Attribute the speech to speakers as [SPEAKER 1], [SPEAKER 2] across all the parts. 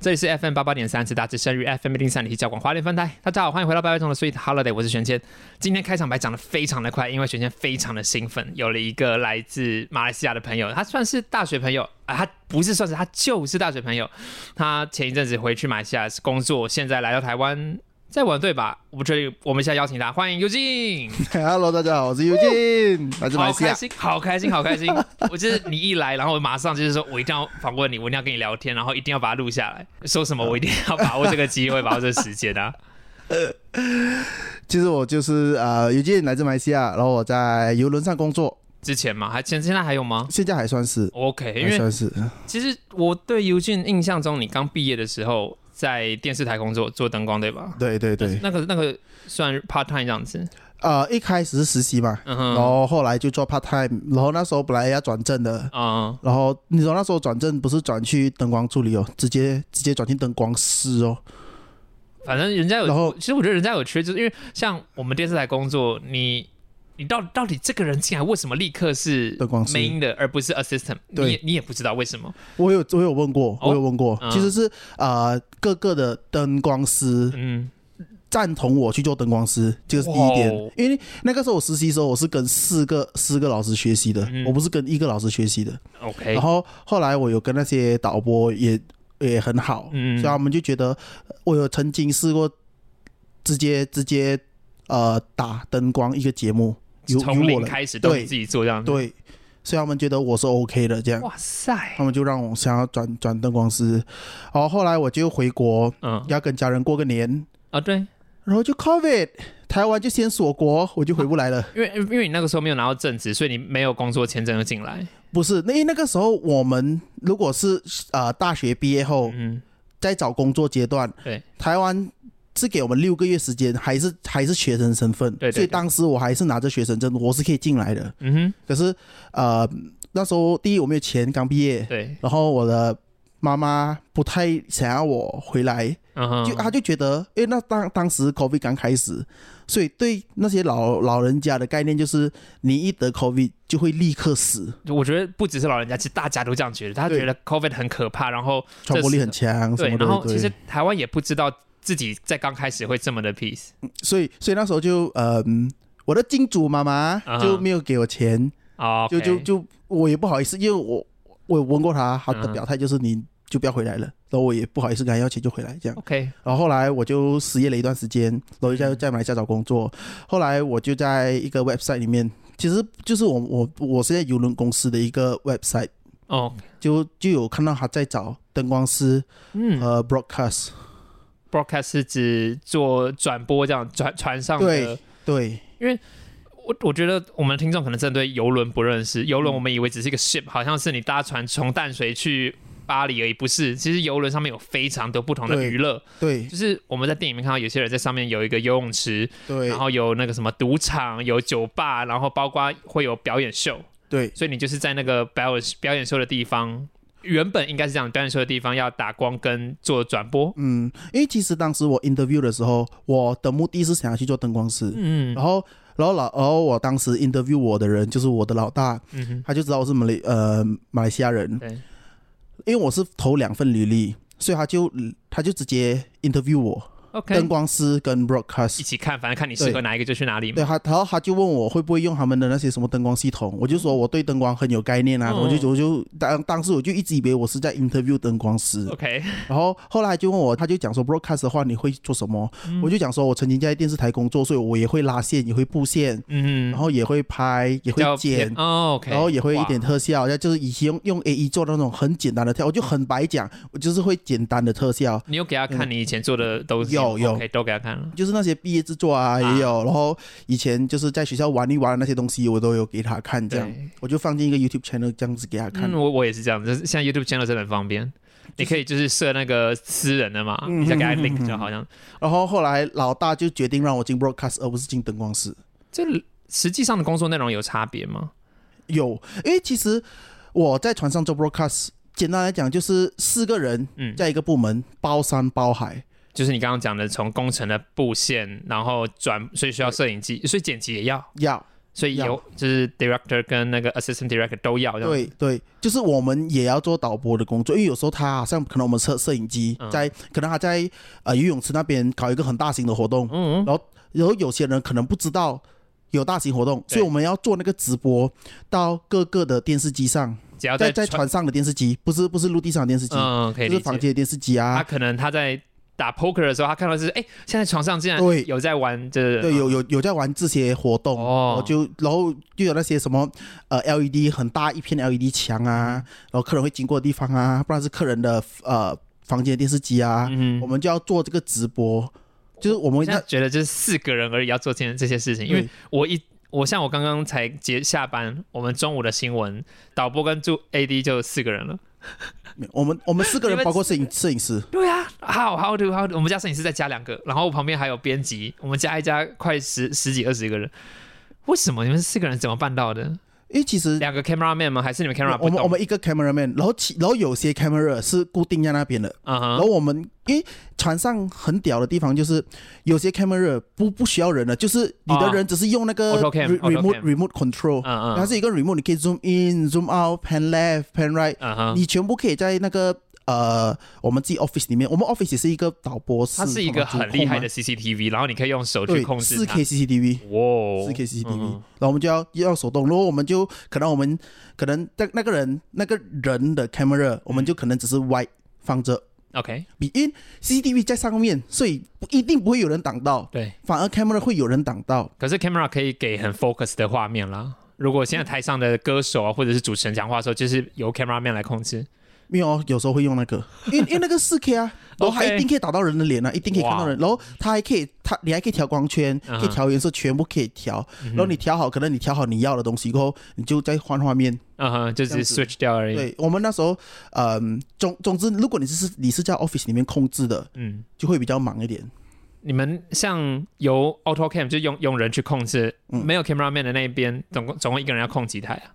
[SPEAKER 1] 这里是 FM 八八点三，是大致生日 FM 零三零七交广花莲分台。大家好，欢迎回到白白虫的 Sweet Holiday，我是玄谦。今天开场白讲的非常的快，因为玄谦非常的兴奋，有了一个来自马来西亚的朋友，他算是大学朋友啊，他不是算是，他就是大学朋友。他前一阵子回去马来西亚工作，现在来到台湾。在玩对吧？我不确定。我们现在邀请他，欢迎尤静，
[SPEAKER 2] Hello，大家好，我是尤进，来自
[SPEAKER 1] 好
[SPEAKER 2] 马来西
[SPEAKER 1] 开
[SPEAKER 2] 亚。
[SPEAKER 1] 心，好开心，好开心！我就是你一来，然后我马上就是说我一定要访问你，我一定要跟你聊天，然后一定要把它录下来。说什么我一定要把握这个机会，把握这个时间啊！
[SPEAKER 2] 其实我就是呃，尤进来自马来西亚，然后我在游轮上工作，
[SPEAKER 1] 之前嘛，还前现在还有吗
[SPEAKER 2] 现在还算是，
[SPEAKER 1] ？OK，因
[SPEAKER 2] 还
[SPEAKER 1] 为
[SPEAKER 2] 算是。
[SPEAKER 1] 其实我对尤俊印象中，你刚毕业的时候在电视台工作做灯光，对吧？
[SPEAKER 2] 对对对，
[SPEAKER 1] 那个那个算 part time 这样子，
[SPEAKER 2] 呃，一开始是实习嘛，
[SPEAKER 1] 嗯
[SPEAKER 2] 然
[SPEAKER 1] 哼，
[SPEAKER 2] 后后来就做 part time，然后那时候本来要转正的，
[SPEAKER 1] 嗯，
[SPEAKER 2] 然后你知道那时候转正不是转去灯光助理哦，直接直接转去灯光师哦。
[SPEAKER 1] 反正人家有，
[SPEAKER 2] 然后
[SPEAKER 1] 其实我觉得人家有缺，就是因为像我们电视台工作，你你到到底这个人进来为什么立刻是
[SPEAKER 2] 灯光师
[SPEAKER 1] main 的，而不是 assistant？
[SPEAKER 2] 对
[SPEAKER 1] 你也你也不知道为什么，
[SPEAKER 2] 我有我有问过，
[SPEAKER 1] 哦
[SPEAKER 2] 我有问过，
[SPEAKER 1] 嗯
[SPEAKER 2] 其实是呃各个的灯光师
[SPEAKER 1] 嗯，
[SPEAKER 2] 赞同我去做灯光师，这个是第一点。
[SPEAKER 1] 哇哦
[SPEAKER 2] 因为那个时候我实习的时候，我是跟四个四个老师学习的，
[SPEAKER 1] 嗯哎
[SPEAKER 2] 我不是跟一个老师学习的。
[SPEAKER 1] OK，
[SPEAKER 2] 然后后来我有跟那些导播也也很好，
[SPEAKER 1] 嗯
[SPEAKER 2] 所以他们就觉得呃我有曾经试过直接直接呃打灯光一个节目，由由
[SPEAKER 1] 从
[SPEAKER 2] 我
[SPEAKER 1] 零
[SPEAKER 2] 来
[SPEAKER 1] 开始都是
[SPEAKER 2] 对
[SPEAKER 1] 自己做这样子，
[SPEAKER 2] 对，所以他们觉得我是 OK 的这样。
[SPEAKER 1] 嗯哇塞
[SPEAKER 2] 他，们就让我想要转转灯光师，然后后来我就回国，
[SPEAKER 1] 嗯
[SPEAKER 2] 要跟家人过个年，
[SPEAKER 1] 啊对，
[SPEAKER 2] 然后就 COVID，台湾就先锁国，我就回不来了。
[SPEAKER 1] 因为因为你那个时候没有拿到正职，所以你没有工作签证就进来。
[SPEAKER 2] 不是，那因为那个时候我们如果是呃大学毕业后
[SPEAKER 1] 嗯，
[SPEAKER 2] 在找工作阶段，
[SPEAKER 1] 对，
[SPEAKER 2] 台湾是给我们六个月时间，还是还是学生身份，
[SPEAKER 1] 对对
[SPEAKER 2] 所以
[SPEAKER 1] 对
[SPEAKER 2] 当时我还是拿着学生证，我是可以进来的。
[SPEAKER 1] 嗯哼，
[SPEAKER 2] 可是呃那时候第一我没有钱，刚毕业，
[SPEAKER 1] 对，
[SPEAKER 2] 然后我的妈妈不太想要我回来，
[SPEAKER 1] 嗯哼，
[SPEAKER 2] 就他就觉得，因为那当当时 COVID 刚开始，所以对那些老老人家的概念就是，你一得 COVID 就会立刻死，
[SPEAKER 1] 我觉得不只是老人家，其实大家都这样觉得，他
[SPEAKER 2] 对
[SPEAKER 1] 觉得 COVID 很可怕，然后
[SPEAKER 2] 传播力很强，什
[SPEAKER 1] 对，
[SPEAKER 2] 么
[SPEAKER 1] 然后
[SPEAKER 2] 的，
[SPEAKER 1] 其实
[SPEAKER 2] 对。
[SPEAKER 1] 台湾也不知道自己在刚开始会这么的 peace，
[SPEAKER 2] 所以所以那时候就，呃，嗯我的金主妈妈
[SPEAKER 1] 啊
[SPEAKER 2] 就没有给我钱，
[SPEAKER 1] 哦，
[SPEAKER 2] 就就
[SPEAKER 1] OK
[SPEAKER 2] 就我也不好意思，因为我我有问过他，他的
[SPEAKER 1] 嗯
[SPEAKER 2] 表态就是你就不要回来了，然后我也不好意思跟他要钱就回来这样。
[SPEAKER 1] OK，
[SPEAKER 2] 然后后来我就失业了一段时间，然后在在马来西亚找工作。
[SPEAKER 1] 嗯
[SPEAKER 2] 后来我就在一个 website 里面，其实就是我我我是在邮轮公司的一个 website，
[SPEAKER 1] 哦，
[SPEAKER 2] 就就有看到他在找灯光师
[SPEAKER 1] 嗯
[SPEAKER 2] 和 broadcast，、
[SPEAKER 1] ，broadcast 是指做转播这样船船上的
[SPEAKER 2] 对。对
[SPEAKER 1] 我我觉得我们听众可能真的对游轮不认识，游
[SPEAKER 2] 嗯
[SPEAKER 1] 轮我们以为只是一个 ship，好像是你搭船从淡水去巴黎而已，不是。其实游轮上面有非常多不同的
[SPEAKER 2] 对
[SPEAKER 1] 娱乐，
[SPEAKER 2] 对
[SPEAKER 1] 就是我们在电影里面看到有些人在上面有一个游泳池，
[SPEAKER 2] 对，
[SPEAKER 1] 然后有那个什么赌场，有酒吧，然后包括会有表演秀，
[SPEAKER 2] 对
[SPEAKER 1] 所以你就是在那个表演表演秀的地方，原本应该是这样，表演秀的地方要打光跟做转播，
[SPEAKER 2] 嗯，因为其实当时我 interview 的时候，我的目的是想要去做灯光师，
[SPEAKER 1] 嗯
[SPEAKER 2] 然后然后老然后我当时 interview 我的人就是我的老大，
[SPEAKER 1] 嗯哼，
[SPEAKER 2] 他就知道我是马来呃马来西亚人，
[SPEAKER 1] 对，
[SPEAKER 2] 因为我是投两份履历，所以他就他就直接 interview 我，
[SPEAKER 1] ，OK，
[SPEAKER 2] 灯光师跟
[SPEAKER 1] 一
[SPEAKER 2] broadcast。
[SPEAKER 1] 起看，反正看你适合
[SPEAKER 2] 对
[SPEAKER 1] 哪一个就去哪里嘛
[SPEAKER 2] 对，他，然后他就问我会不会用他们的那些什么灯光系统，我就说我对灯光很有概念啊，
[SPEAKER 1] 嗯
[SPEAKER 2] 我就我就当当时我就一直以为我是在 interview 灯光师，
[SPEAKER 1] ，OK，
[SPEAKER 2] 然后后来就问我，他就讲说 broadcast 的话你会做什么，
[SPEAKER 1] 嗯
[SPEAKER 2] 我就讲说我曾经在电视台工作，所以我也会拉线，也会布线，
[SPEAKER 1] 嗯，
[SPEAKER 2] 然后也会拍，也会
[SPEAKER 1] 叫
[SPEAKER 2] 剪，
[SPEAKER 1] 哦，OK，
[SPEAKER 2] 然后也会一点
[SPEAKER 1] 哇
[SPEAKER 2] 特效，要就是以前用用 A E 做那种很简单的特效，我就很白讲，我就是会简单的特效。
[SPEAKER 1] 你有给他看你以前做的东西，
[SPEAKER 2] 有嗯有有
[SPEAKER 1] OK，都给他看了。
[SPEAKER 2] 就是那些毕业制作啊，也有，然后以前就是在学校玩一玩的那些东西，我都有给他看，这样
[SPEAKER 1] 对
[SPEAKER 2] 我就放进一个 YouTube channel 这样子给他看
[SPEAKER 1] 嗯，。我我也是这样，就是现在 YouTube channel 真的很方便，你可以就是设那个私人的嘛，
[SPEAKER 2] 嗯
[SPEAKER 1] 你再给他 link 就好像。
[SPEAKER 2] 然后后来老大就决定让我进 broadcast 而不是进灯光室。
[SPEAKER 1] 这实际上的工作内容有差别吗？
[SPEAKER 2] 有，因为其实我在船上做 broadcast，简单来讲就是四个人
[SPEAKER 1] 嗯，
[SPEAKER 2] 在一个部门包山包海，
[SPEAKER 1] 就是你刚刚讲的，从工程的布线，然后转，所以需要摄影机，所以剪辑也要，
[SPEAKER 2] 要
[SPEAKER 1] 所以有就是 director 跟那个 assistant director 都要这样。
[SPEAKER 2] 对对，就是我们也要做导播的工作，因为有时候他好像可能我们摄摄影机
[SPEAKER 1] 嗯
[SPEAKER 2] 在，可能他在呃游泳池那边搞一个很大型的活动，
[SPEAKER 1] 嗯，嗯，
[SPEAKER 2] 然后然后有些人可能不知道有大型活动，
[SPEAKER 1] 对
[SPEAKER 2] 所以我们要做那个直播到各个的电视机上，
[SPEAKER 1] 只要
[SPEAKER 2] 在在
[SPEAKER 1] 在传
[SPEAKER 2] 船上的电视机，不是不是陆地上的电视机，
[SPEAKER 1] 嗯，可以
[SPEAKER 2] 就
[SPEAKER 1] 理
[SPEAKER 2] 是房
[SPEAKER 1] 解。
[SPEAKER 2] 间的电视机啊，
[SPEAKER 1] 他可能他在打 poker 的时候，他看到是哎，现在床上竟然
[SPEAKER 2] 对
[SPEAKER 1] 有在玩这，
[SPEAKER 2] 对，有有有在玩这些活动，
[SPEAKER 1] 嗯哦
[SPEAKER 2] 我就然后就有那些什么呃 LED 很大一片 LED 墙啊，然后客人会经过的地方啊，不然是客人的呃房间的电视机啊，
[SPEAKER 1] 嗯
[SPEAKER 2] 我。们就要做这个直播，就是我们
[SPEAKER 1] 我现在觉得就是四个人而已要做这件这些事情，因为
[SPEAKER 2] 对
[SPEAKER 1] 我一我像我刚刚才接下班，我们中午的新闻导播跟助 AD 就四个人了。
[SPEAKER 2] 我们我们四个
[SPEAKER 1] 你
[SPEAKER 2] 人
[SPEAKER 1] 们
[SPEAKER 2] 包括摄影摄影师，
[SPEAKER 1] 对啊，how how do how do- 我们家摄影师再加两个，然后旁边还有编辑，我们加一加快十十几二十个人。为什么你们四个人怎么办到的？
[SPEAKER 2] 因为其实
[SPEAKER 1] 两个 camera man 吗？还是你们 camera
[SPEAKER 2] 我
[SPEAKER 1] 不
[SPEAKER 2] 们
[SPEAKER 1] 懂？
[SPEAKER 2] 我们一个 cameraman，然后其然后有些 camera 是固定在那边的。
[SPEAKER 1] 嗯
[SPEAKER 2] 然
[SPEAKER 1] 哼
[SPEAKER 2] 后我们因为船上很屌的地方就是，有些 camera 不不需要人了，就是你的
[SPEAKER 1] 啊
[SPEAKER 2] 人只是用那个
[SPEAKER 1] Auto cam，
[SPEAKER 2] re-
[SPEAKER 1] auto
[SPEAKER 2] remote
[SPEAKER 1] cam
[SPEAKER 2] remote control，
[SPEAKER 1] 嗯嗯，
[SPEAKER 2] 它是一个 remote，你可以 zoom in、zoom out、pan left、pan right，、
[SPEAKER 1] 嗯哼，
[SPEAKER 2] 你全部可以在那个呃我们自己 office 里面，我们 office 也是一个导播室，
[SPEAKER 1] 它是一个
[SPEAKER 2] 通常
[SPEAKER 1] 很
[SPEAKER 2] 主控
[SPEAKER 1] 厉害
[SPEAKER 2] 嘛
[SPEAKER 1] 的 CCTV，然后你可以用手去
[SPEAKER 2] 对
[SPEAKER 1] 控制
[SPEAKER 2] 四
[SPEAKER 1] 它
[SPEAKER 2] K。CCTV。
[SPEAKER 1] 哇哦，
[SPEAKER 2] 四 K CCTV，、
[SPEAKER 1] 嗯
[SPEAKER 2] 然后我们就要要手动，然后我们就可能我们可能那那个人那个人的 camera，我们就可能只是 white 放着，
[SPEAKER 1] OK，
[SPEAKER 2] 比因为 CCTV 在上面，所以不一定不会有人挡到，
[SPEAKER 1] 对。
[SPEAKER 2] 反而 camera 会有人挡到。
[SPEAKER 1] 可是 camera 可以给很 focus 的画面啦。如果现在台上的歌手啊，或者是主持人讲话的时候，就是由 camera man 来控制。
[SPEAKER 2] 没有哦，有时候会用那 个，因为因为那个四 K 啊，然后它
[SPEAKER 1] OK
[SPEAKER 2] 一定可以打到人的脸啊，一定可以看到人，然后它还可以，它你还可以调光圈，
[SPEAKER 1] 嗯哼
[SPEAKER 2] 可以调颜色，全部可以调。
[SPEAKER 1] 嗯
[SPEAKER 2] 然后你调好，可能你调好你要的东西过后，你就再换画面。
[SPEAKER 1] 嗯哼，就
[SPEAKER 2] 这
[SPEAKER 1] 只
[SPEAKER 2] 样子
[SPEAKER 1] 是 switch 掉而已。，
[SPEAKER 2] 对我们那时候，嗯，总总之，如果你是你是在 Office 里面控制的，
[SPEAKER 1] 嗯，
[SPEAKER 2] 就会比较忙一点。
[SPEAKER 1] 你们像由 auto cam 就用用人去控制，
[SPEAKER 2] 嗯
[SPEAKER 1] 没有 camera man 的那一边，总共总共一个人要控几台啊？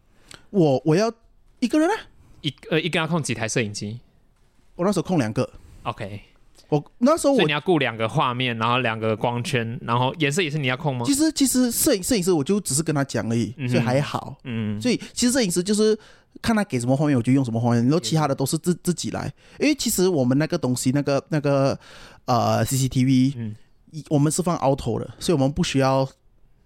[SPEAKER 2] 我我要一个人啊，
[SPEAKER 1] 一呃，一个人要控几台摄影机
[SPEAKER 2] 我那时候控两个，
[SPEAKER 1] ？OK，
[SPEAKER 2] 我那时候
[SPEAKER 1] 所以
[SPEAKER 2] 我
[SPEAKER 1] 你要顾两个画面，然后两个光圈，然后颜色也是你要控吗
[SPEAKER 2] 其？实其实摄影摄影师我就只是跟他讲而已，
[SPEAKER 1] 嗯哼
[SPEAKER 2] 所以还好。
[SPEAKER 1] 嗯，
[SPEAKER 2] 所以其实摄影师就是看他给什么画面，我就用什么画面，然后其他的都是自自己来。因为其实我们那个东西，那个那个呃 CCTV，
[SPEAKER 1] 嗯
[SPEAKER 2] 一我们是放 auto 的，所以我们不需要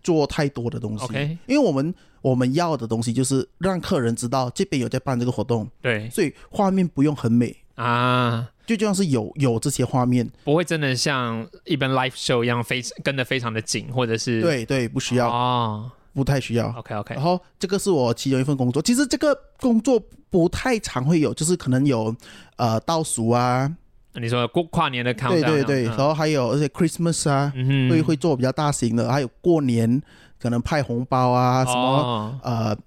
[SPEAKER 2] 做太多的东西。
[SPEAKER 1] OK
[SPEAKER 2] 因为我们我们要的东西就是让客人知道这边有在办这个活动，
[SPEAKER 1] 对
[SPEAKER 2] 所以画面不用很美，
[SPEAKER 1] 啊，
[SPEAKER 2] 就就像是有有这些画面，
[SPEAKER 1] 不会真的像一般 live show 一样非跟的非常的紧，或者是
[SPEAKER 2] 对对，不需要，
[SPEAKER 1] 哦
[SPEAKER 2] 不太需要。
[SPEAKER 1] ，OK OK，
[SPEAKER 2] 然后这个是我其中一份工作，其实这个工作不太常会有，就是可能有呃倒数啊，
[SPEAKER 1] 你说过跨年的 countdown，
[SPEAKER 2] 对对对，
[SPEAKER 1] 嗯
[SPEAKER 2] 然后还有而且 Christmas 啊，
[SPEAKER 1] 嗯哼
[SPEAKER 2] 会会做比较大型的，还有过年可能派红包啊，什么
[SPEAKER 1] 哦
[SPEAKER 2] 呃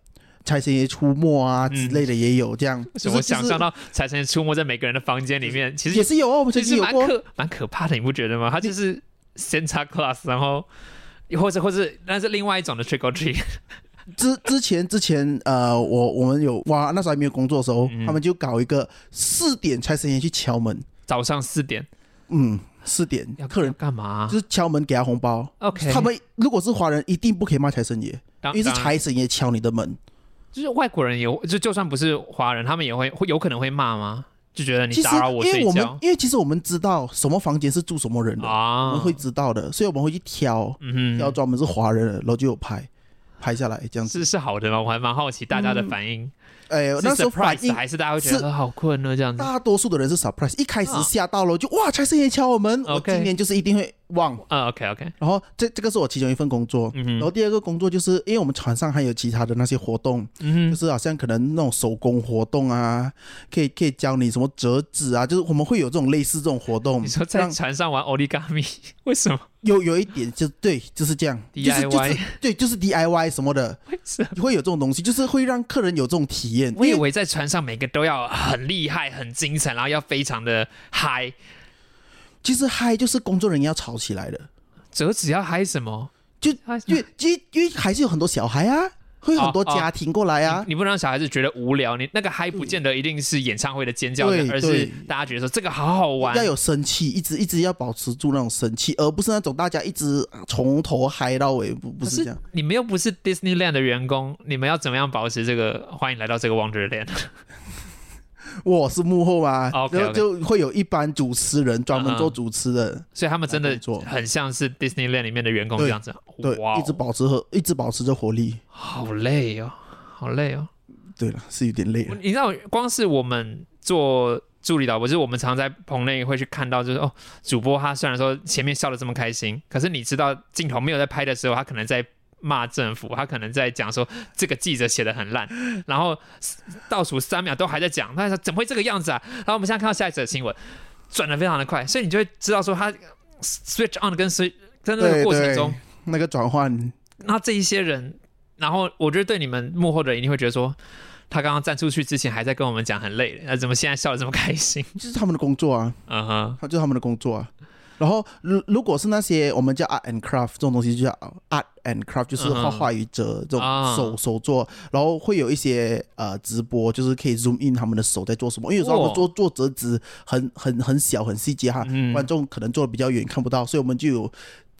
[SPEAKER 2] 财神爷出没啊
[SPEAKER 1] 嗯
[SPEAKER 2] 之类的也有这样。
[SPEAKER 1] 为什
[SPEAKER 2] 就是
[SPEAKER 1] 么想象
[SPEAKER 2] 就是
[SPEAKER 1] 到财神出没在每个人的房间里面？其实
[SPEAKER 2] 也是有哦，我们曾
[SPEAKER 1] 其
[SPEAKER 2] 经
[SPEAKER 1] 实蛮
[SPEAKER 2] 有过，
[SPEAKER 1] 可蛮可怕的，你不觉得吗？他就是 Santa Claus，然后或者或者那是另外一种的 trick or treat，
[SPEAKER 2] 之之前之前呃，我我们有哇，那时候还没有工作的时候，
[SPEAKER 1] 嗯
[SPEAKER 2] 他们就搞一个四点财神爷去敲门，
[SPEAKER 1] 早上四点
[SPEAKER 2] 嗯，四点
[SPEAKER 1] 要
[SPEAKER 2] 客人
[SPEAKER 1] 要干嘛
[SPEAKER 2] 就是敲门给他红包。
[SPEAKER 1] ？OK，
[SPEAKER 2] 他们如果是华人，一定不可以骂财神爷，
[SPEAKER 1] 当
[SPEAKER 2] 因为是
[SPEAKER 1] 当
[SPEAKER 2] 财神爷敲你的门。
[SPEAKER 1] 就是外国人也就就算不是华人，他们也会会有可能会骂吗？就觉得你
[SPEAKER 2] 其实
[SPEAKER 1] 打扰，我
[SPEAKER 2] 因为
[SPEAKER 1] 睡
[SPEAKER 2] 我们
[SPEAKER 1] 觉
[SPEAKER 2] 因为其实我们知道什么房间是住什么人的，我
[SPEAKER 1] 啊
[SPEAKER 2] 们会，知道的，所以我们会去挑，
[SPEAKER 1] 嗯
[SPEAKER 2] 挑
[SPEAKER 1] 哼，
[SPEAKER 2] 专门是华人的，然后就有拍拍下来这样子。
[SPEAKER 1] 是是好的吗？我还蛮好奇大家的反应，
[SPEAKER 2] 哎，
[SPEAKER 1] 是
[SPEAKER 2] 那时候反
[SPEAKER 1] surprise 的
[SPEAKER 2] 应
[SPEAKER 1] 还是大家会觉
[SPEAKER 2] 是
[SPEAKER 1] 得呃好困呢这样子。
[SPEAKER 2] 大多数的人是 surprise，一开始
[SPEAKER 1] 啊
[SPEAKER 2] 吓到了，就哇财神爷敲我们，我
[SPEAKER 1] OK
[SPEAKER 2] 今年就是一定会忘。
[SPEAKER 1] 啊，OK OK，
[SPEAKER 2] 然后这这个是我其中一份工作，
[SPEAKER 1] 嗯
[SPEAKER 2] 然
[SPEAKER 1] 哼，
[SPEAKER 2] 后第二个工作就是因为我们船上还有其他的那些活动，
[SPEAKER 1] 嗯哼，
[SPEAKER 2] 就是好像可能那种手工活动啊，可以可以教你什么折纸啊，就是我们会有这种类似这种活动。
[SPEAKER 1] 你说在
[SPEAKER 2] 让
[SPEAKER 1] 船上玩 origami，为 什么
[SPEAKER 2] 有有一点就对，就是这样就是就是
[SPEAKER 1] DIY？
[SPEAKER 2] 对，就是 DIY 什么的，
[SPEAKER 1] 为什么？
[SPEAKER 2] 会有这种东西，就是会让客人有这种体验。
[SPEAKER 1] 我以
[SPEAKER 2] 因为
[SPEAKER 1] 为在船上每个都要很厉害、很精神，然后要非常的嗨。
[SPEAKER 2] 其实嗨就是工作人员要吵起来的，
[SPEAKER 1] 折纸要嗨什么？
[SPEAKER 2] 就
[SPEAKER 1] 嗨什
[SPEAKER 2] 因
[SPEAKER 1] 么
[SPEAKER 2] 为因为因为还是有很多小孩啊，会有很多
[SPEAKER 1] 哦哦
[SPEAKER 2] 家庭过来啊。
[SPEAKER 1] 你不能让小孩子觉得无聊，你那个嗨不见得一定是演唱会的尖叫
[SPEAKER 2] 对，
[SPEAKER 1] 而
[SPEAKER 2] 对
[SPEAKER 1] 是大家觉得说这个好好哦玩
[SPEAKER 2] 要。有生气，一直一直要保持住那种生气，而不是那种大家一直啊从头嗨到尾，不不
[SPEAKER 1] 可
[SPEAKER 2] 是这样。
[SPEAKER 1] 你们又不是 Disneyland 的员工，你们要怎么样保持这个？欢迎来到这个 Wonderland。
[SPEAKER 2] 我是幕后嘛，然
[SPEAKER 1] OK，OK
[SPEAKER 2] 后就会有一班主持人专门做
[SPEAKER 1] 啊嗯嗯
[SPEAKER 2] 主持的，
[SPEAKER 1] 所以他们真的
[SPEAKER 2] 工作
[SPEAKER 1] 很像是 Disneyland 里面的员工
[SPEAKER 2] 对
[SPEAKER 1] 这样子。
[SPEAKER 2] 对，
[SPEAKER 1] 哇哦，
[SPEAKER 2] 一直保持和一直保持着活力。
[SPEAKER 1] 好累哦，好累哦。
[SPEAKER 2] 对了，是有点累了。
[SPEAKER 1] 你知道，光是我们做助理导播，就是我们常在棚内会去看到，就是哦，主播他虽然说前面笑的这么开心，可是你知道镜头没有在拍的时候，他可能在。骂政府，他可能在讲说这个记者写的很烂，然后倒数三秒都还在讲，他说怎么会这个样子啊？然后我们现在看到下一则新闻，转的非常的快，所以你就会知道说他 switch on 跟 switch 在那个
[SPEAKER 2] 对
[SPEAKER 1] 过程中
[SPEAKER 2] 对，，那个转换，
[SPEAKER 1] 那这一些人，然后我觉得对你们幕后的人一定会觉得说，他刚刚站出去之前还在跟我们讲很累，那怎么现在笑得这么开心？
[SPEAKER 2] 就是他们的工作啊，
[SPEAKER 1] 嗯哼，
[SPEAKER 2] 他就是他们的工作啊。然后，如如果是那些我们叫 art and craft 这种东西，就叫 art and craft，就是
[SPEAKER 1] 嗯
[SPEAKER 2] 画画与折这种
[SPEAKER 1] 啊
[SPEAKER 2] 手手作，然后会有一些呃直播，就是可以 zoom in 他们的手在做什么。因为有时候
[SPEAKER 1] 哇
[SPEAKER 2] 我们做做折纸很很很小很细节哈，
[SPEAKER 1] 嗯
[SPEAKER 2] 观众可能坐的比较远看不到，所以我们就有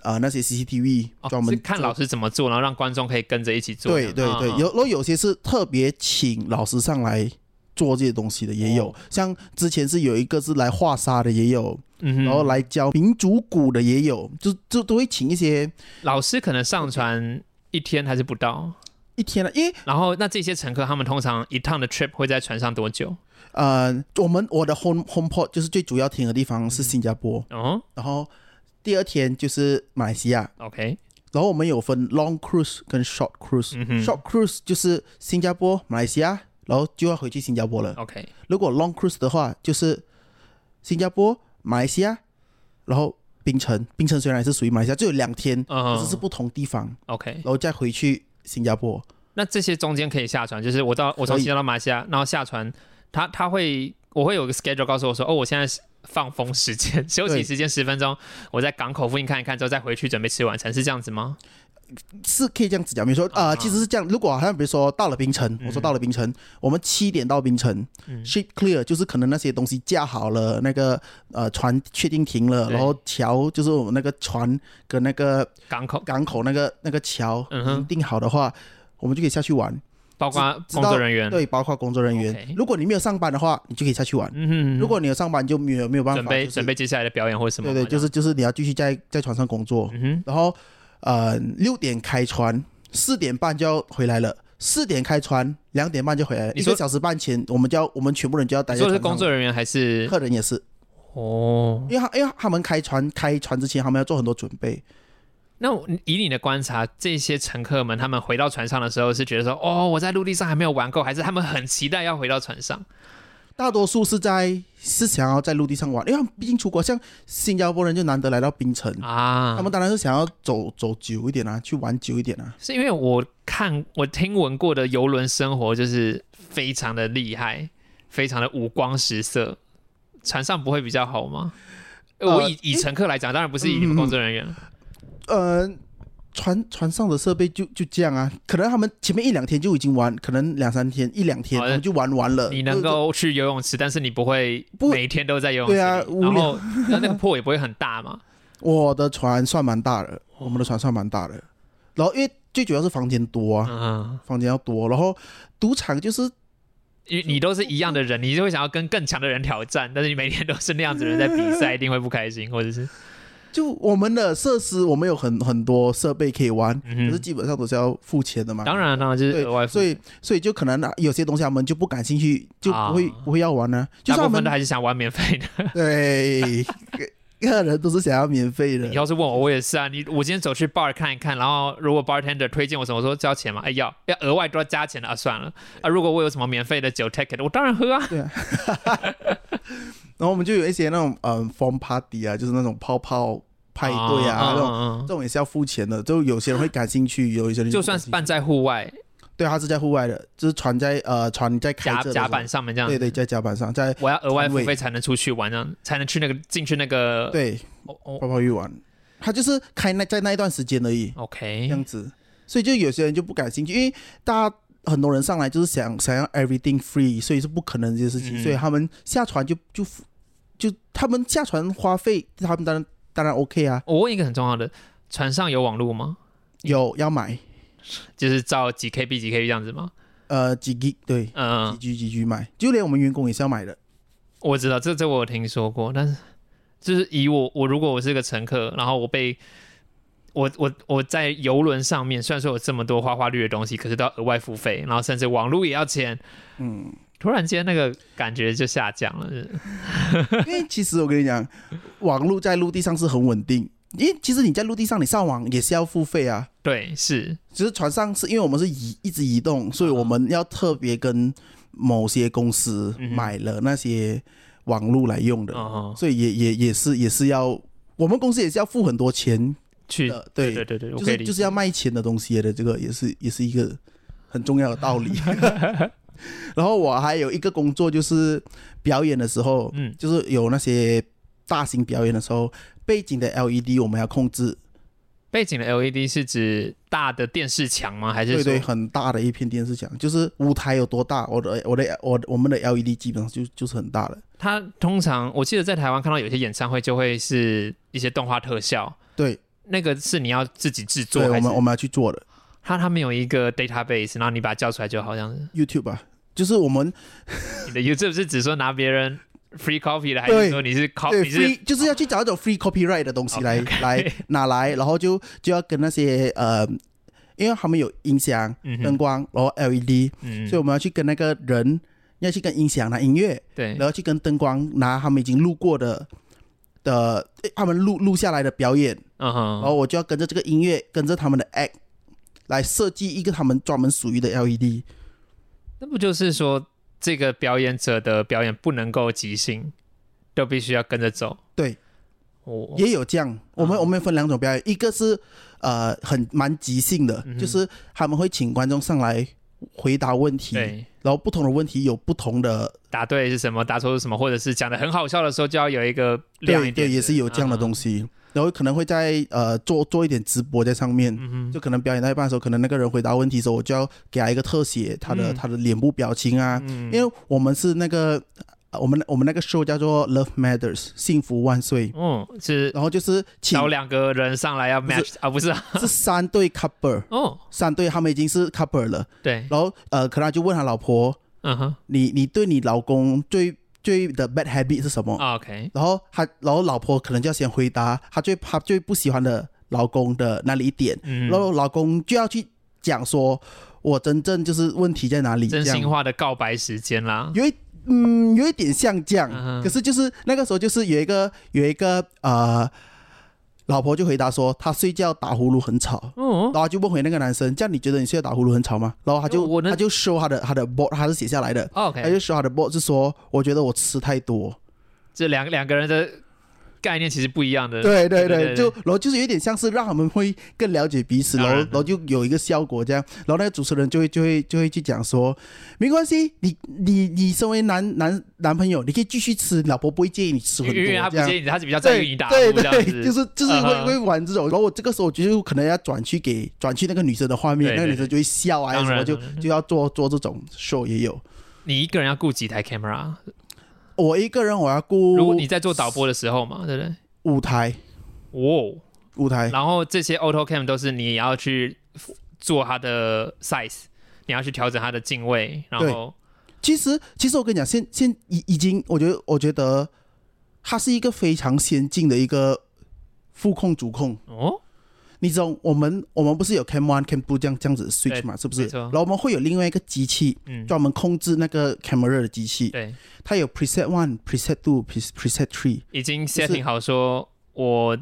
[SPEAKER 2] 呃那些 CCTV
[SPEAKER 1] 哦，
[SPEAKER 2] 专门
[SPEAKER 1] 是看
[SPEAKER 2] 做
[SPEAKER 1] 老师怎么做，然后让观众可以跟着一起做。
[SPEAKER 2] 对对对，
[SPEAKER 1] 嗯
[SPEAKER 2] 有然后有些是特别请老师上来做这些东西的也有，像之前是有一个是来画沙的也有，
[SPEAKER 1] 嗯哼
[SPEAKER 2] 然后来教民族鼓的也有，就就都会请一些
[SPEAKER 1] 老师可能上传一天还是不到，
[SPEAKER 2] 一天的，因为
[SPEAKER 1] 然后那这些乘客他们通常一趟的 trip 会在船上多久？
[SPEAKER 2] 呃，我们我的 home home port 就是最主要停的地方是新加坡，
[SPEAKER 1] 哦
[SPEAKER 2] 然后第二天就是马来西亚，
[SPEAKER 1] ，OK，
[SPEAKER 2] 然后我们有分 long cruise 跟 short
[SPEAKER 1] 嗯哼
[SPEAKER 2] cruise，short、cruise 就是新加坡、马来西亚，然后就要回去新加坡了。
[SPEAKER 1] ，OK，
[SPEAKER 2] 如果 long cruise 的话，就是新加坡、马来西亚，然后槟城，槟城虽然也是属于马来西亚，就有两天，
[SPEAKER 1] 嗯
[SPEAKER 2] 可是是不同地方，
[SPEAKER 1] ，OK，
[SPEAKER 2] 然后再回去新加坡。
[SPEAKER 1] 那这些中间可以下船，就是我到我从
[SPEAKER 2] 可以
[SPEAKER 1] 新疆到马来西亚，然后下船，他他会我会有个 schedule 告诉我说，哦，我现在是放风时间， 休息时间十分钟，我在港口附近看一看之后再回去准备吃晚餐，是这样子吗？
[SPEAKER 2] 是可以这样子讲，比如说
[SPEAKER 1] 啊
[SPEAKER 2] 呃，其实是这样。如果好像比如说到了槟城，我说到了槟城，我们七点到槟城
[SPEAKER 1] 嗯
[SPEAKER 2] ，ship clear 就是可能那些东西架好了，那个呃船确定停了，
[SPEAKER 1] 对
[SPEAKER 2] 然后桥就是我们那个船跟那个
[SPEAKER 1] 港口
[SPEAKER 2] 港口那个那个桥
[SPEAKER 1] 嗯
[SPEAKER 2] 已
[SPEAKER 1] 哼
[SPEAKER 2] 经定好的话，我们就可以下去玩。
[SPEAKER 1] 包括
[SPEAKER 2] 知
[SPEAKER 1] 工
[SPEAKER 2] 道
[SPEAKER 1] 作人员，
[SPEAKER 2] 对，包括工作人员
[SPEAKER 1] 嗯 OK。
[SPEAKER 2] 如果你没有上班的话，你就可以下去玩；
[SPEAKER 1] 嗯哼，
[SPEAKER 2] 如果你有上班，就没有没有办法
[SPEAKER 1] 准备
[SPEAKER 2] 就是
[SPEAKER 1] 准备接下来的表演或什么
[SPEAKER 2] 对
[SPEAKER 1] 嘛，
[SPEAKER 2] 对，就是就是你要继续在在船上工作
[SPEAKER 1] 这。样嗯
[SPEAKER 2] 然后呃六点开船，四点半就要回来了。四点开船，两点半就回来了。
[SPEAKER 1] 你
[SPEAKER 2] 一
[SPEAKER 1] 说
[SPEAKER 2] 个小时半前，我们就要我们全部人就要
[SPEAKER 1] 哼，
[SPEAKER 2] 待在
[SPEAKER 1] 说
[SPEAKER 2] 船
[SPEAKER 1] 的是
[SPEAKER 2] 上。
[SPEAKER 1] 工作人员还是
[SPEAKER 2] 客人也是，
[SPEAKER 1] 哦？
[SPEAKER 2] 因为他因为他们开船开船之前，他们要做很多准备。
[SPEAKER 1] 那我以你的观察，这些乘客们他们回到船上的时候是觉得说，哦，我在陆地上还没有玩够，还是他们很期待要回到船上？
[SPEAKER 2] 大多数是在是想要在陆地上玩，因为他们毕竟出国，像新加坡人就难得来到槟城，
[SPEAKER 1] 啊，
[SPEAKER 2] 他们当然是想要走走久一点啊，去玩久一点啊。
[SPEAKER 1] 是因为我看我听闻过的游轮生活就是非常的厉害，非常的五光十色，船上不会比较好吗？
[SPEAKER 2] 呃嗯
[SPEAKER 1] 我以以乘客来讲，当然不是以你们工作人员，
[SPEAKER 2] 呃，船船上的设备就就这样啊，可能他们前面一两天就已经玩，可能两三天一两天
[SPEAKER 1] 好
[SPEAKER 2] 他
[SPEAKER 1] 的
[SPEAKER 2] 们就玩完了。
[SPEAKER 1] 你能
[SPEAKER 2] 就
[SPEAKER 1] 够去游泳池，但是你不会
[SPEAKER 2] 不
[SPEAKER 1] 每天都在游泳池里，
[SPEAKER 2] 对啊无
[SPEAKER 1] 然
[SPEAKER 2] 聊
[SPEAKER 1] 后那那个破也不会很大嘛。
[SPEAKER 2] 我的船算蛮大的，我们的船算蛮大的。然后因为最主要是房间多 啊，
[SPEAKER 1] 嗯，
[SPEAKER 2] 房间要多。然后赌场就是
[SPEAKER 1] 因为你都是一样的人，你就会想要跟更强的人挑战，但是你每天都是那样子的人在比 赛，一定会不开心，或者
[SPEAKER 2] 啊
[SPEAKER 1] 是
[SPEAKER 2] 就我们的设施，我们有很很多设备可以玩，
[SPEAKER 1] 嗯哼
[SPEAKER 2] 可是基本上都是要付钱的嘛。
[SPEAKER 1] 当然当然就是额外
[SPEAKER 2] 对，
[SPEAKER 1] 付
[SPEAKER 2] 所以所以就可能啊有些东西他们就不感兴趣，就不会、
[SPEAKER 1] 啊
[SPEAKER 2] 不会要玩呢、就
[SPEAKER 1] 大
[SPEAKER 2] 算他
[SPEAKER 1] 部
[SPEAKER 2] 们
[SPEAKER 1] 分都还是想玩免费的。
[SPEAKER 2] 对，个人都是想要免费的
[SPEAKER 1] 你。要是问我，我也是啊。你我今天走去 bar 看一看，然后如果 bartender 推荐我什么，我说交钱嘛，哎要要额外都要加钱的啊，算了啊。如果我有什么免费的酒 ticket，我当然喝啊。
[SPEAKER 2] 然后我们就有一些那种嗯 form party 啊，就是那种泡泡派对啊，那种
[SPEAKER 1] 嗯嗯
[SPEAKER 2] 这种也是要付钱的。就有些人会感兴趣，有一些人
[SPEAKER 1] 嗯
[SPEAKER 2] 不
[SPEAKER 1] 就算
[SPEAKER 2] 感
[SPEAKER 1] 是
[SPEAKER 2] 兴趣
[SPEAKER 1] 办在户外，
[SPEAKER 2] 对，他是在户外的，就是船在呃船在开
[SPEAKER 1] 甲
[SPEAKER 2] 着的时候
[SPEAKER 1] 甲板上面这样
[SPEAKER 2] 对，对，在甲板上，在
[SPEAKER 1] 我要额外付
[SPEAKER 2] 摊
[SPEAKER 1] 费
[SPEAKER 2] 位
[SPEAKER 1] 才能出去玩，这样才能去那个进去那个。
[SPEAKER 2] 对
[SPEAKER 1] 哦，哦
[SPEAKER 2] 泡泡浴玩，他就是开那在那一段时间而已，这
[SPEAKER 1] OK，
[SPEAKER 2] 样子，所以就有些人就不感兴趣，因为大家。很多人上来就是想想要 everything free，所以是不可能这些事情，
[SPEAKER 1] 嗯
[SPEAKER 2] 所以他们下船就就就他们下船花费，他们当然当然 OK 啊，
[SPEAKER 1] 我问一个很重要的，船上有网络吗？嗯
[SPEAKER 2] 有要买
[SPEAKER 1] 就是照几 KB 几 KB 这样子吗？
[SPEAKER 2] 呃几 G 对几
[SPEAKER 1] 嗯，
[SPEAKER 2] G 几 G 买，就连我们员工也是要买的，
[SPEAKER 1] 我知道这这我有听说过，但是就是以我我如果我是个乘客，然后我被我我我在游轮上面，虽然说有这么多花花绿的东西，可是都要额外付费，然后甚至网络也要钱，
[SPEAKER 2] 嗯，
[SPEAKER 1] 突然间那个感觉就下降了。是
[SPEAKER 2] 因为其实我跟你讲，网络在陆地上是很稳定，因为其实你在陆地上你上网也是要付费啊。
[SPEAKER 1] 对，是
[SPEAKER 2] 只是船上是因为我们是移一直移动，所以我们要特别跟某些公司
[SPEAKER 1] 嗯哼
[SPEAKER 2] 买了那些网络来用的，
[SPEAKER 1] 哦，
[SPEAKER 2] 所以也也也是也是要我们公司也是要付很多钱
[SPEAKER 1] 去
[SPEAKER 2] 的，呃对，
[SPEAKER 1] 对对对，我
[SPEAKER 2] 就
[SPEAKER 1] 可以
[SPEAKER 2] 是
[SPEAKER 1] 理解
[SPEAKER 2] 就是要卖钱的东西的，这个也是也是一个很重要的道理。 然后我还有一个工作就是表演的时候，
[SPEAKER 1] 嗯
[SPEAKER 2] 就是有那些大型表演的时候，背景的 LED 我们要控制，
[SPEAKER 1] 背景的 LED 是指大的电视墙吗？还是
[SPEAKER 2] 对
[SPEAKER 1] 说
[SPEAKER 2] 对，很大的一片电视墙，就是舞台有多大，我的我的我我们的 LED 基本上就就是很大了。
[SPEAKER 1] 它通常我记得在台湾看到有些演唱会就会是一些动画特效，
[SPEAKER 2] 对，
[SPEAKER 1] 那个是你要自己制作
[SPEAKER 2] 对，我
[SPEAKER 1] 还是
[SPEAKER 2] 们我们要去做的
[SPEAKER 1] 它它没有一个 database，然后你把它叫出来就好像是
[SPEAKER 2] YouTube 啊，就是我们
[SPEAKER 1] 你的 YouTube 是只说拿别人 free copy 的，还是
[SPEAKER 2] 对
[SPEAKER 1] 说你是 copy
[SPEAKER 2] 对
[SPEAKER 1] 你是哦
[SPEAKER 2] free 就是要去找一种 free copyright 的东西来
[SPEAKER 1] OK，OK
[SPEAKER 2] 来拿来，然后就就要跟那些呃，因为他们有音响、
[SPEAKER 1] 嗯
[SPEAKER 2] 灯
[SPEAKER 1] 哼
[SPEAKER 2] 光，然后 LED，
[SPEAKER 1] 嗯
[SPEAKER 2] 所以我们要去跟那个人要去跟音响拿音乐，
[SPEAKER 1] 对
[SPEAKER 2] 然后去跟灯光拿他们已经录过的的诶他们录录下来的表演。
[SPEAKER 1] 嗯
[SPEAKER 2] 然
[SPEAKER 1] 哼
[SPEAKER 2] 后我就要跟着这个音乐，跟着他们的 act 来设计一个他们专门属于的 E LED。
[SPEAKER 1] 那不就是说这个表演者的表演不能够即兴，都必须要跟着走
[SPEAKER 2] 对，
[SPEAKER 1] 哦
[SPEAKER 2] 也有这样。我们我们分两种表演，一个是呃很蛮即兴的，
[SPEAKER 1] 嗯哼
[SPEAKER 2] 就是他们会请观众上来回答问题，然
[SPEAKER 1] 对。
[SPEAKER 2] 后不同的问题有不同的
[SPEAKER 1] 答对是什么，答错是什么，或者是讲的很好笑的时候，就要有一个亮一点
[SPEAKER 2] 对
[SPEAKER 1] 嗯
[SPEAKER 2] 对，也是有这样的
[SPEAKER 1] 西。
[SPEAKER 2] 东西。然后可能会在呃做做一点直播在上面，
[SPEAKER 1] 嗯
[SPEAKER 2] 就可能表演到一半的时候，可能那个人回答问题的时候，我就要给他一个特写，他的、
[SPEAKER 1] 嗯
[SPEAKER 2] 他的脸部表情啊，
[SPEAKER 1] 嗯
[SPEAKER 2] 因为我们是那个呃我们我们那个 show 叫做 Love Matters 幸福万岁，
[SPEAKER 1] 哦，是
[SPEAKER 2] 然后就是请
[SPEAKER 1] 找两个人上来要
[SPEAKER 2] 是
[SPEAKER 1] match 啊，不是啊，
[SPEAKER 2] 是三对 couple，
[SPEAKER 1] 哦，
[SPEAKER 2] 三对他们已经是 couple 了，
[SPEAKER 1] 对，
[SPEAKER 2] 然后呃，可能他就问他老婆，
[SPEAKER 1] 嗯哼
[SPEAKER 2] 你你对你老公最最的 bad habit 是什么？
[SPEAKER 1] 啊，OK，
[SPEAKER 2] 然后他然后老婆可能就要先回答他最他最不喜欢的老公的哪里一点，
[SPEAKER 1] 嗯
[SPEAKER 2] 然，后老公就要去讲说，我真正就是问题在哪里，
[SPEAKER 1] 真
[SPEAKER 2] 这样
[SPEAKER 1] 心话的告白时间啦，
[SPEAKER 2] 有一嗯有一点像这样，
[SPEAKER 1] 嗯哼
[SPEAKER 2] 可是就是那个时候就是有一个有一个呃，老婆就回答说她睡觉打呼噜很吵。
[SPEAKER 1] 哦
[SPEAKER 2] 然，后就问回那个男生，这样你觉得你睡觉打呼噜很吵吗？然后他就
[SPEAKER 1] 我能
[SPEAKER 2] 他就说他的他的 board，他是写下来的，他
[SPEAKER 1] 哦 OK，
[SPEAKER 2] 就说他的 board 是说，我觉得我吃太多。
[SPEAKER 1] 这两两个人的概念其实不一样的，
[SPEAKER 2] 对对
[SPEAKER 1] 对
[SPEAKER 2] 对，就然后就是有点像是让他们会更了解彼此，
[SPEAKER 1] 当
[SPEAKER 2] 然后
[SPEAKER 1] 然
[SPEAKER 2] 然后就有一个效果这样。然后那个主持人就会就会就会去讲说，没关系，你你你身为男男男朋友，你可以继续吃，老婆不会介意你吃
[SPEAKER 1] 因
[SPEAKER 2] 很
[SPEAKER 1] 为
[SPEAKER 2] 多
[SPEAKER 1] 因
[SPEAKER 2] 这
[SPEAKER 1] 为他
[SPEAKER 2] 样
[SPEAKER 1] 不。介意你，他是比较在意
[SPEAKER 2] 对
[SPEAKER 1] 你打呼
[SPEAKER 2] 对
[SPEAKER 1] 这样
[SPEAKER 2] 对，
[SPEAKER 1] 子，
[SPEAKER 2] 就是就是
[SPEAKER 1] 嗯
[SPEAKER 2] 会
[SPEAKER 1] 哼
[SPEAKER 2] 会玩这种，然后我这个时候我就可能要转去给转去那个女生的画面，
[SPEAKER 1] 对
[SPEAKER 2] 那个
[SPEAKER 1] 对
[SPEAKER 2] 女生就会笑啊
[SPEAKER 1] 当
[SPEAKER 2] 什么，
[SPEAKER 1] 然
[SPEAKER 2] 就
[SPEAKER 1] 当然
[SPEAKER 2] 就要做做这种 show 也有。
[SPEAKER 1] 你一个人要顾几台 camera，
[SPEAKER 2] 我一个人我要
[SPEAKER 1] 如果
[SPEAKER 2] 顾
[SPEAKER 1] 你在做导播的时候
[SPEAKER 2] 哦
[SPEAKER 1] 嘛，对不对？
[SPEAKER 2] 舞台
[SPEAKER 1] 哦，
[SPEAKER 2] 舞台，
[SPEAKER 1] 然后这些 auto cam 都是你要去做它的 size，你要去调整它的进位，然后
[SPEAKER 2] 其实，其实我跟你讲，现现已已经，我觉得，我觉得它是一个非常先进的一个副控主控。
[SPEAKER 1] 哦，
[SPEAKER 2] 你知道，我们我们不是有 Cam One、Cam Two 这样这样子 switch
[SPEAKER 1] 对
[SPEAKER 2] 嘛，是不是
[SPEAKER 1] 没？错
[SPEAKER 2] 然后我们会有另外一个机器
[SPEAKER 1] 嗯，
[SPEAKER 2] 专门控制那个 camera 的机器，
[SPEAKER 1] 对，
[SPEAKER 2] 它有 preset One、preset Two、preset Three。
[SPEAKER 1] 已经
[SPEAKER 2] 是
[SPEAKER 1] setting 好说我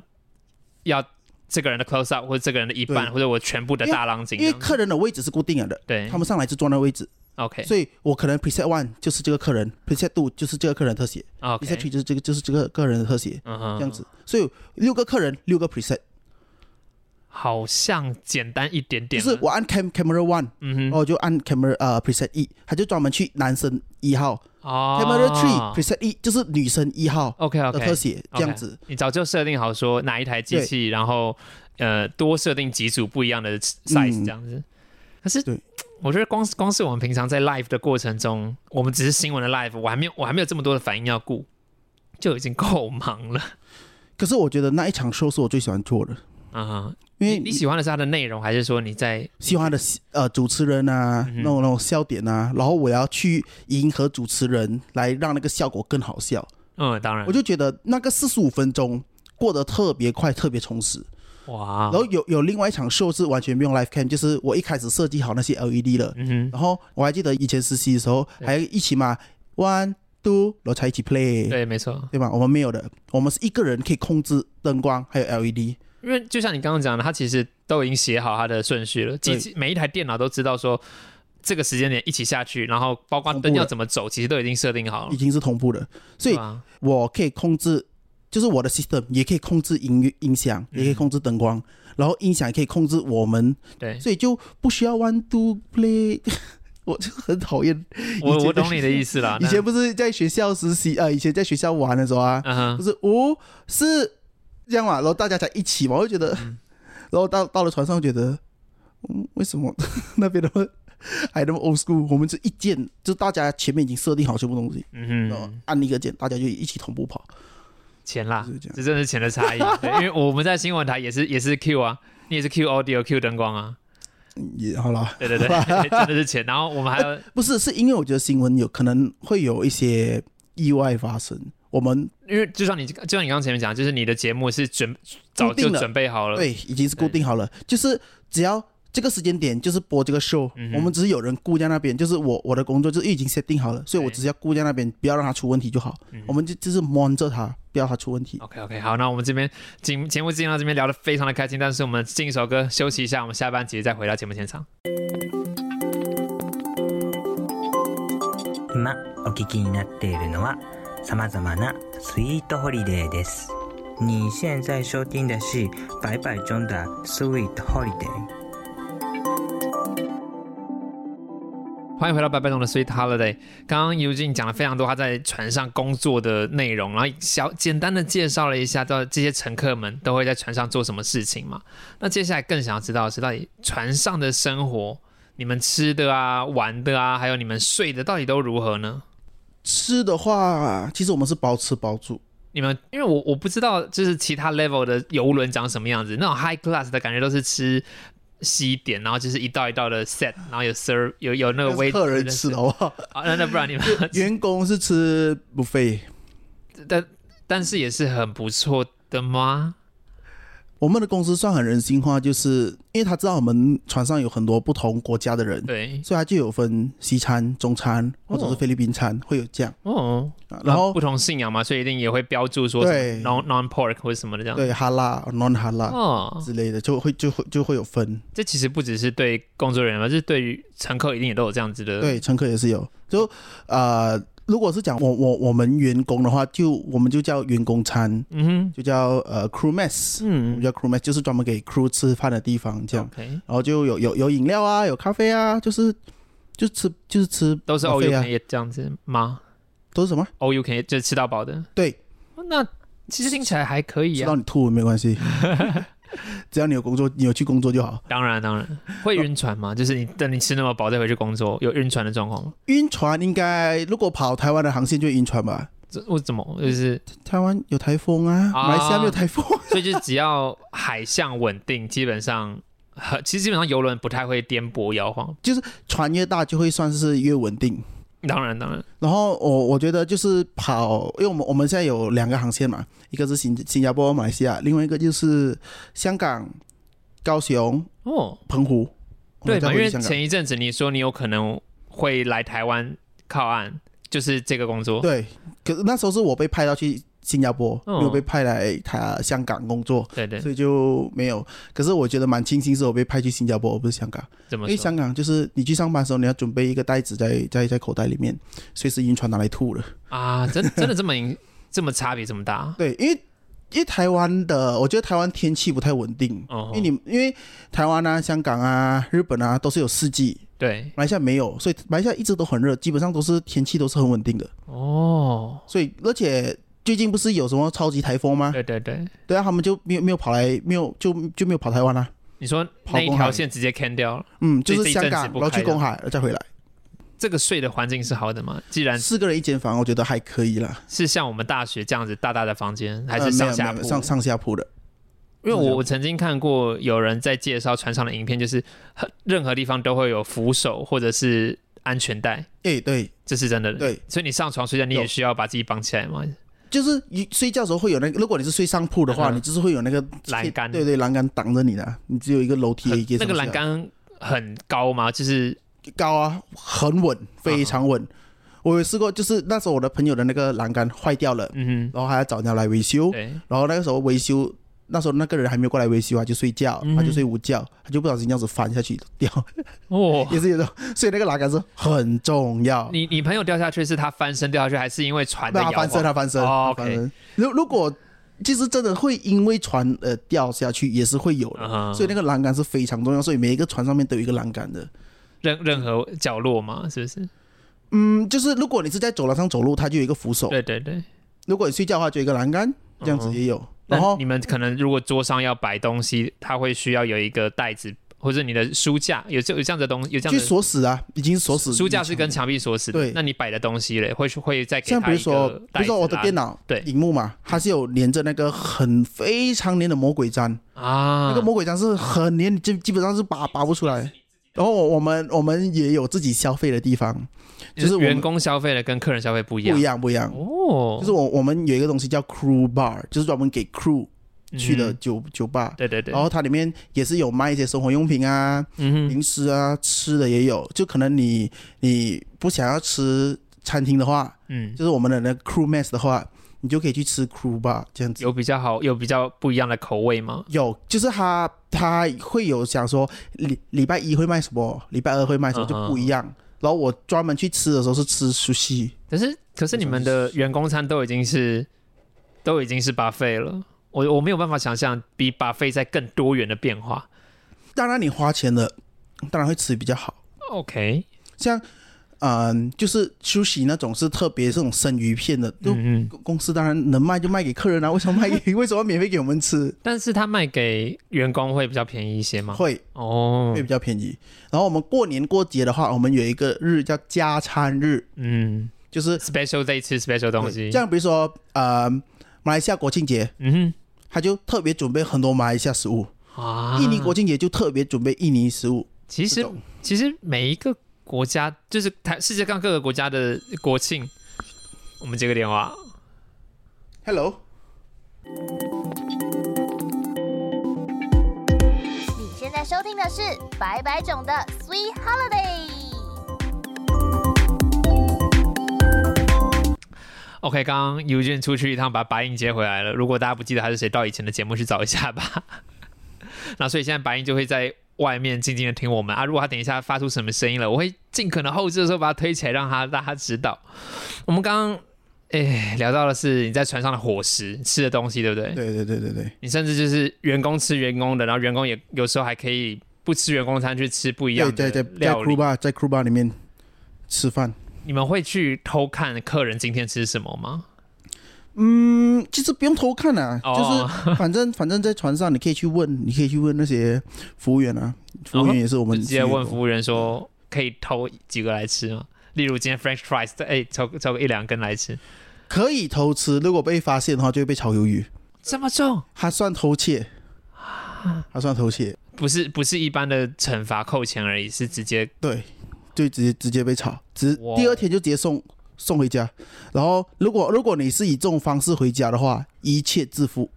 [SPEAKER 1] 要这个人的 close up 或者这个人的一半，
[SPEAKER 2] 对
[SPEAKER 1] 或者我全部的大浪景
[SPEAKER 2] 因
[SPEAKER 1] 这
[SPEAKER 2] 为
[SPEAKER 1] 样子。
[SPEAKER 2] 客人的位置是固定了的，
[SPEAKER 1] 对
[SPEAKER 2] 他们上来就坐那位置，
[SPEAKER 1] ，OK
[SPEAKER 2] 所以我可能 preset one 就是这个客人，preset two 就是这个客人的特写
[SPEAKER 1] OK，
[SPEAKER 2] ，preset three 就是这个就是这个客人的特写，
[SPEAKER 1] 嗯哼，
[SPEAKER 2] 这样子，所以六个客人六个 preset，
[SPEAKER 1] 好像简单一点
[SPEAKER 2] 就
[SPEAKER 1] 点了，啊
[SPEAKER 2] 是我哦按 cam camera one，
[SPEAKER 1] 嗯
[SPEAKER 2] 然
[SPEAKER 1] 哼，
[SPEAKER 2] 后我就按 camera 呃 preset 一，他就专门去男生一号
[SPEAKER 1] 哦
[SPEAKER 2] ，camera three preset 一就是女生一号
[SPEAKER 1] OK
[SPEAKER 2] 的特
[SPEAKER 1] OK，
[SPEAKER 2] 写，这
[SPEAKER 1] OK
[SPEAKER 2] 样子，
[SPEAKER 1] 你早就设定好说哪一台机器，然后呃多设定几组不一样的 size
[SPEAKER 2] 嗯
[SPEAKER 1] 这样子。可是
[SPEAKER 2] 对
[SPEAKER 1] 我觉得光是光是我们平常在 live 的过程中，我们只是新闻的 live，我还没有我还没有这么多的反应要顾，就已经够忙了
[SPEAKER 2] 可是我觉得那一场 show 是我最喜欢做的，
[SPEAKER 1] 啊、
[SPEAKER 2] 因
[SPEAKER 1] 你
[SPEAKER 2] 为
[SPEAKER 1] 你喜欢的是它的内容，还是说你在
[SPEAKER 2] 喜欢的呃主持人啊，
[SPEAKER 1] 嗯
[SPEAKER 2] 那种那种笑点啊，然后我要去迎合主持人，来让那个效果更好笑。
[SPEAKER 1] 嗯，当然，
[SPEAKER 2] 我就觉得那个四十五分钟过得特别快，特别充实。
[SPEAKER 1] 哇
[SPEAKER 2] 然，后有有另外一场秀是完全不用 live cam，就是我一开始设计好那些 E LED 了，
[SPEAKER 1] 嗯哼，
[SPEAKER 2] 然后我还记得以前实习的时候
[SPEAKER 1] 对
[SPEAKER 2] 还一起嘛，one two，然后才一起 play，
[SPEAKER 1] 对，没错，
[SPEAKER 2] 对吧？我们没有的，我们是一个人可以控制灯光还有 E LED，
[SPEAKER 1] 因为就像你刚刚讲的，它其实都已经写好它的顺序了，
[SPEAKER 2] 对
[SPEAKER 1] 机器每一台电脑都知道说这个时间点一起下去，然后包括
[SPEAKER 2] 同步
[SPEAKER 1] 灯要
[SPEAKER 2] 了
[SPEAKER 1] 怎么走，其实都已经设定好了
[SPEAKER 2] 已，经是同步的，所以
[SPEAKER 1] 对哦吧
[SPEAKER 2] 我可以控制，就是我的 system 也可以控制音乐、音响，也可
[SPEAKER 1] 嗯
[SPEAKER 2] 以控制灯光，然后音响也可以控制我们，
[SPEAKER 1] 对，
[SPEAKER 2] 所以就不需要 one two play。我 就很讨厌，以
[SPEAKER 1] 我
[SPEAKER 2] 前
[SPEAKER 1] 我懂你的意思啦。
[SPEAKER 2] 以
[SPEAKER 1] 那
[SPEAKER 2] 前不是在学校实习啊、呃以前在学校玩的时候啊，
[SPEAKER 1] 嗯
[SPEAKER 2] 不
[SPEAKER 1] 哼，
[SPEAKER 2] 是五四这样嘛，然后大家才一起嘛，我就觉得，
[SPEAKER 1] 嗯
[SPEAKER 2] 然后到到了船上觉得，嗯，为什么 那边的还那么 old school？我们是一键，就大家前面已经设定好全部东西，
[SPEAKER 1] 嗯
[SPEAKER 2] 然后
[SPEAKER 1] 哼，
[SPEAKER 2] 按一个键，大家就一起同步跑。
[SPEAKER 1] 钱啦
[SPEAKER 2] 就是这，样
[SPEAKER 1] 这真的是钱的 差异。对，因为我们在新闻台也是也是 Q 啊，你也是 Q audio、Q 灯光啊，
[SPEAKER 2] 嗯也好啦，
[SPEAKER 1] 对对 对，真的是钱。然后我们还有，
[SPEAKER 2] 不是，是因为我觉得新闻有可能会有一些意外发生，我们
[SPEAKER 1] 因为就像你就像你刚刚前面讲，就是你的节目是准早就
[SPEAKER 2] 定了
[SPEAKER 1] 准备好了，
[SPEAKER 2] 对已经是固定好了，就是只要这个时间点就是播这个 show，、
[SPEAKER 1] 嗯哼
[SPEAKER 2] 我们只是有人顾在那边，就是我我的工作就已经 set 定好了，所以我
[SPEAKER 1] 对
[SPEAKER 2] 只要顾在那边，不要让它出问题就好。
[SPEAKER 1] 嗯
[SPEAKER 2] 我们就就是 monitor 它，不要它出问题。
[SPEAKER 1] OK OK，好，那我们这边节目节目进行到这边聊得非常的开心，但是我们进一首歌休息一下，我们下半集再回到节目现场。
[SPEAKER 3] 今お聞きになっているのは様々なスイートホリデーです。你现在收听的是百百中的 Sweet Holiday。
[SPEAKER 1] 欢迎回到白白龙的 Sweet Holiday。刚刚 Eugene 讲了非常多他在船上工作的内容，然后小简单的介绍了一下，到这些乘客们都会在船上做什么事情嘛。那接下来更想要知道的是，到底船上的生活，你们吃的啊、玩的啊，还有你们睡的，到底都如何呢？
[SPEAKER 2] 吃的话，其实我们是包吃包住，
[SPEAKER 1] 你们，因为我我不知道，就是其他 level 的游轮长什么样子，那种 high class 的感觉都是吃西点，然后就是一道一道的 set，然后有 serve 有有那个
[SPEAKER 2] 那
[SPEAKER 1] w
[SPEAKER 2] 是客人呃吃的好不 好？
[SPEAKER 1] 啊，那那不然你们
[SPEAKER 2] 员工是吃 buffet，
[SPEAKER 1] 但 但是也是很不错的吗？
[SPEAKER 2] 我们的公司算很人性化，就是因为他知道我们船上有很多不同国家的人，
[SPEAKER 1] 对，
[SPEAKER 2] 所以他就有分西餐、中餐或者是菲律宾餐，会有这样。
[SPEAKER 1] 哦，
[SPEAKER 2] 啊然后
[SPEAKER 1] 不同信仰嘛，所以一定也会标注说什
[SPEAKER 2] 对
[SPEAKER 1] 么 non non pork 或者什么的这样。，
[SPEAKER 2] 对哈拉、non 哈拉
[SPEAKER 1] 哦，
[SPEAKER 2] 之类的，就会就会就会有分。
[SPEAKER 1] 这其实不只是对工作人员嘛，就是对于乘客一定也都有这样子的。，
[SPEAKER 2] 对，乘客也是有。就呃，如果是讲我我我们员工的话，就我们就叫员工餐，
[SPEAKER 1] 嗯
[SPEAKER 2] 就叫呃 crew mess，、
[SPEAKER 1] 哼，
[SPEAKER 2] 我们
[SPEAKER 1] 嗯
[SPEAKER 2] 叫 crew mess，就是专门给 crew 吃饭的地方，这样。
[SPEAKER 1] ，OK，
[SPEAKER 2] 然后就有有有饮料啊，有咖啡啊，就是就吃就是吃
[SPEAKER 1] 都是
[SPEAKER 2] buffet
[SPEAKER 1] all you
[SPEAKER 2] 啊
[SPEAKER 1] can，eat 这样子吗
[SPEAKER 2] 都是什么？
[SPEAKER 1] ？all you can eat 就是吃到饱的。
[SPEAKER 2] 对，
[SPEAKER 1] 那其实听起来还可以
[SPEAKER 2] 吃
[SPEAKER 1] 啊
[SPEAKER 2] 到。你吐没关 系，只要你有工作，你有去工作就好。
[SPEAKER 1] 当然当然，会晕船吗？就是你等你吃那么饱再回去工作，有晕船的状况吗？
[SPEAKER 2] 晕船应该如果跑台湾的航线就晕船吧。
[SPEAKER 1] 这我怎么 就是
[SPEAKER 2] 台湾有台风啊，
[SPEAKER 1] 啊
[SPEAKER 2] 马来西亚没有台风，
[SPEAKER 1] 所以就是只要海象稳定，基本上，呃其实基本上游轮不太会颠簸摇晃。
[SPEAKER 2] 船越大就会算是越稳定。
[SPEAKER 1] 当然，当然，
[SPEAKER 2] 然后我我觉得就是跑，因为我们我们现在有两个航线嘛，一个是新新加坡、马来西亚，另外一个就是香港、高雄、
[SPEAKER 1] 哦，
[SPEAKER 2] 澎湖。我
[SPEAKER 1] 对
[SPEAKER 2] 们再
[SPEAKER 1] 嘛，因
[SPEAKER 2] 回
[SPEAKER 1] 为
[SPEAKER 2] 去香港
[SPEAKER 1] 前一阵子你说你有可能会来台湾靠岸，就是这个工作。
[SPEAKER 2] 对，可是那时候是我被派到去新加坡，
[SPEAKER 1] 哦
[SPEAKER 2] 没有被派来他香港工作，
[SPEAKER 1] 对对，
[SPEAKER 2] 所以就没有。可是我觉得蛮庆幸是我被派去新加坡，而不是香港，
[SPEAKER 1] 怎
[SPEAKER 2] 因
[SPEAKER 1] 么
[SPEAKER 2] 为
[SPEAKER 1] 说？
[SPEAKER 2] 香港就是你去上班的时候，你要准备一个袋子在在在口袋里面，随时晕船拿来吐了。
[SPEAKER 1] 啊，真真的这么影这么差别这么大？
[SPEAKER 2] 对，因为因为台湾的，我觉得台湾天气不太稳定，
[SPEAKER 1] 哦吼
[SPEAKER 2] 因为你因为台湾啊、香港啊、日本啊都是有四季，
[SPEAKER 1] 对
[SPEAKER 2] 马来西亚没有，所以马来西亚一直都很热，基本上都是天气都是很稳定的。
[SPEAKER 1] 哦，
[SPEAKER 2] 所以而且最近不是有什么超级台风吗？
[SPEAKER 1] 对对对，
[SPEAKER 2] 对啊，他们就没有没有跑来，没有就就没有跑台湾啦、
[SPEAKER 1] 你说
[SPEAKER 2] 跑
[SPEAKER 1] 那一
[SPEAKER 2] 公
[SPEAKER 1] 条
[SPEAKER 2] 海
[SPEAKER 1] 线直接 can 掉了，
[SPEAKER 2] 嗯，就
[SPEAKER 1] 所
[SPEAKER 2] 是
[SPEAKER 1] 以这一
[SPEAKER 2] 香
[SPEAKER 1] 阵子
[SPEAKER 2] 港，
[SPEAKER 1] 不
[SPEAKER 2] 然后
[SPEAKER 1] 开
[SPEAKER 2] 去
[SPEAKER 1] 了
[SPEAKER 2] 公海，再回来。
[SPEAKER 1] 这个睡的环境是好的吗？既然
[SPEAKER 2] 四个人一间房，我觉得还可以啦。
[SPEAKER 1] 是像我们大学这样子大大的房间，还
[SPEAKER 2] 呃
[SPEAKER 1] 是
[SPEAKER 2] 没有
[SPEAKER 1] 上下
[SPEAKER 2] 没
[SPEAKER 1] 铺？
[SPEAKER 2] 有上上下铺的。
[SPEAKER 1] 因为
[SPEAKER 2] 上
[SPEAKER 1] 我
[SPEAKER 2] 下
[SPEAKER 1] 我曾经看过有人在介绍船上的影片，就是很任何地方都会有扶手或者是安全带，
[SPEAKER 2] 诶，对
[SPEAKER 1] 这是真的。，
[SPEAKER 2] 对，
[SPEAKER 1] 所以你上床睡觉，你也
[SPEAKER 2] 有
[SPEAKER 1] 需要把自己绑起来嘛。
[SPEAKER 2] 就是你睡觉的时候会有那个，如果你是睡上铺的话，
[SPEAKER 1] 嗯
[SPEAKER 2] 你就是会有那个
[SPEAKER 1] 栏杆
[SPEAKER 2] 对对，栏杆挡着你的，你只有一个楼梯
[SPEAKER 1] 很
[SPEAKER 2] 一个
[SPEAKER 1] 那个栏杆很高吗？就是
[SPEAKER 2] 高啊，很稳，非常
[SPEAKER 1] 嗯
[SPEAKER 2] 稳。我有试过，就是那时候我的朋友的那个栏杆坏掉了，
[SPEAKER 1] 嗯
[SPEAKER 2] 然后还要找人家来维修
[SPEAKER 1] 哼，，对，
[SPEAKER 2] 然后那个时候维修，那时候那个人还没有过来维修，他就睡觉，
[SPEAKER 1] 嗯
[SPEAKER 2] 他就睡午觉，他就不小心这样子翻下去掉，
[SPEAKER 1] 哦，
[SPEAKER 2] 也是有种，所以那个栏杆是很重要。
[SPEAKER 1] 你你朋友掉下去是他翻身掉下去，还是因为船的
[SPEAKER 2] 那
[SPEAKER 1] 摇
[SPEAKER 2] 他翻身，
[SPEAKER 1] 晃？
[SPEAKER 2] 他翻身，
[SPEAKER 1] 哦
[SPEAKER 2] 他
[SPEAKER 1] OK
[SPEAKER 2] 翻身。如如果其实真的会因为船呃掉下去，也是会有的。
[SPEAKER 1] 啊
[SPEAKER 2] 所以那个栏杆是非常重要，所以每一个船上面都有一个栏杆的。
[SPEAKER 1] 任任何角落嘛，是不是？
[SPEAKER 2] 嗯，就是如果你是在走廊上走路，它就有一个扶手；
[SPEAKER 1] 对对对。
[SPEAKER 2] 如果你睡觉的话，就有一个栏杆，这样子也有。然
[SPEAKER 1] 嗯那
[SPEAKER 2] 后
[SPEAKER 1] 你们可能如果桌上要摆东西，它会需要有一个袋子，或者你的书架有这有这样的东有这样的
[SPEAKER 2] 去锁死啊，已经锁死。
[SPEAKER 1] 书架是跟墙壁锁死的，
[SPEAKER 2] 对
[SPEAKER 1] 那你摆的东西嘞，会会再给
[SPEAKER 2] 像比
[SPEAKER 1] 他一
[SPEAKER 2] 如说
[SPEAKER 1] 个，
[SPEAKER 2] 比如说我的电
[SPEAKER 1] 脑
[SPEAKER 2] 脑
[SPEAKER 1] 对
[SPEAKER 2] 荧幕嘛，它是有连着那个很非常黏的魔鬼粘，
[SPEAKER 1] 啊
[SPEAKER 2] 那个，魔鬼粘是很黏，基基本上是拔拔不出来。然后我们我们也有自己消费的地方，就是我们
[SPEAKER 1] 员工消费的跟客人消费不一样，
[SPEAKER 2] 不一样不一样。
[SPEAKER 1] 哦，
[SPEAKER 2] 就是我我们有一个东西叫 crew bar，就是专门给 crew 去
[SPEAKER 1] 嗯
[SPEAKER 2] 的
[SPEAKER 1] 哼，
[SPEAKER 2] 酒、酒吧。
[SPEAKER 1] 对对对，
[SPEAKER 2] 然后它里面也是有卖一些生活用品啊、
[SPEAKER 1] 嗯哼，
[SPEAKER 2] 零食啊、吃的也有。就可能你你不想要吃餐厅的话，
[SPEAKER 1] 嗯，
[SPEAKER 2] 就是我们的那个 crew mess 的话，你就可以去吃 crew bar 这样子。
[SPEAKER 1] 有比较好，有比较不一样的口味吗？
[SPEAKER 2] 有，就是他他会有想说礼礼拜一会卖什么，礼拜二会卖什么
[SPEAKER 1] 嗯
[SPEAKER 2] 就不一样。然后我专门去吃的时候是吃熟悉，
[SPEAKER 1] 可是可是你们的员工餐都已经是都已经是 buffet 了，我我没有办法想象比 buffet 在更多元的变化。
[SPEAKER 2] 当然你花钱了，当然会吃比较好。
[SPEAKER 1] OK，
[SPEAKER 2] 像嗯、就是休息那种是特别这种生鱼片的，就
[SPEAKER 1] 嗯嗯，
[SPEAKER 2] 公司当然能卖就卖给客人啊，为什么卖给 为什么要免费给我们吃？
[SPEAKER 1] 但是他卖给员工会比较便宜一些吗？
[SPEAKER 2] 会
[SPEAKER 1] 哦
[SPEAKER 2] 会，比较便宜。然后我们过年过节的话，我们有一个日叫加餐日，
[SPEAKER 1] 嗯
[SPEAKER 2] 就是
[SPEAKER 1] ，special day 吃 special 东西，
[SPEAKER 2] 像比如说呃马来西亚国庆节，
[SPEAKER 1] 嗯
[SPEAKER 2] 他就特别准备很多马来西亚食物，
[SPEAKER 1] 哼，啊，
[SPEAKER 2] 印尼国庆节就特别准备印尼食物。
[SPEAKER 1] 其
[SPEAKER 2] 这
[SPEAKER 1] 实
[SPEAKER 2] 种
[SPEAKER 1] 其实每一个国家，就是台世界上各个国家的国庆，我们接个电话。
[SPEAKER 2] Hello，
[SPEAKER 4] 你现在收听的是白白种的 Sweet Holiday。
[SPEAKER 1] OK，刚刚 Eugene 出去一趟，把白银接回来了。如果大家不记得他是谁，到以前的节目去找一下吧。 那所以现在白银就会在外面静静的听我们啊。如果他等一下发出什么声音了，我会尽可能后置的时候把他推起来，让他让他知道。我们刚刚哎聊到的是你在船上的伙食吃的东西，对不对？
[SPEAKER 2] 对对对对对，
[SPEAKER 1] 你甚至就是员工吃员工的，然后员工也有时候还可以不吃员工餐去吃不一样的
[SPEAKER 2] 对在在在
[SPEAKER 1] 料
[SPEAKER 2] crew
[SPEAKER 1] 理。
[SPEAKER 2] bar 在 crew bar 里面吃饭。
[SPEAKER 1] 你们会去偷看客人今天吃什么吗？
[SPEAKER 2] 嗯，其实不用偷看啊，
[SPEAKER 1] 哦
[SPEAKER 2] 就是反正反正在船上你可以去问，你可以去问那些服务员啊，服务员也是我们
[SPEAKER 1] 直接问服
[SPEAKER 2] 务。
[SPEAKER 1] 务员说可以偷几个来吃吗？例如今天 French fries，哎、抽抽个一两根来吃，
[SPEAKER 2] 可以偷吃，如果被发现的话就会被炒鱿鱼，
[SPEAKER 1] 这么重？
[SPEAKER 2] 他算偷窃，他算偷窃，
[SPEAKER 1] 不是不是一般的惩罚扣钱而已，是直接
[SPEAKER 2] 对，就直接直接被炒，直
[SPEAKER 1] 哇
[SPEAKER 2] 第二天就直接送送回家。然后如果如果你是以这种方式回家的话，一切自负。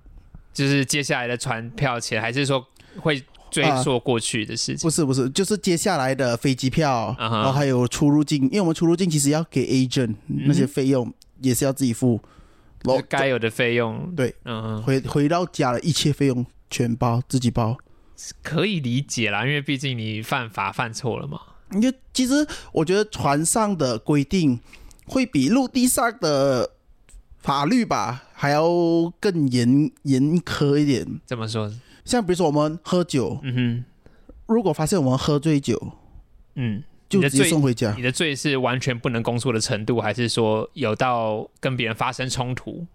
[SPEAKER 1] 就是接下来的船票钱，还是说会追溯过去的事情？
[SPEAKER 2] 不是不是，就是接下来的飞机票
[SPEAKER 1] 啊哈
[SPEAKER 2] 然后还
[SPEAKER 1] 嗯
[SPEAKER 2] 有出入境，因为我们出入境其实要给 agent 那些费用也是要自己付，然后
[SPEAKER 1] 该有的费用，
[SPEAKER 2] 对，
[SPEAKER 1] 嗯，
[SPEAKER 2] 回回到家的一切费用全包自己包。
[SPEAKER 1] 可以理解啦，因为毕竟你犯法犯错了嘛。
[SPEAKER 2] 因为其实我觉得船上的规定会比陆地上的法律吧还要更严严苛一点。
[SPEAKER 1] 这么说，
[SPEAKER 2] 像比如说我们喝酒，
[SPEAKER 1] 嗯
[SPEAKER 2] 如果发现我们喝醉酒，
[SPEAKER 1] 哼，嗯，
[SPEAKER 2] 就
[SPEAKER 1] 你的
[SPEAKER 2] 直接
[SPEAKER 1] 罪
[SPEAKER 2] 送回家
[SPEAKER 1] 你。的罪是完全不能公诉的程度，还是说有到跟别人发生冲突？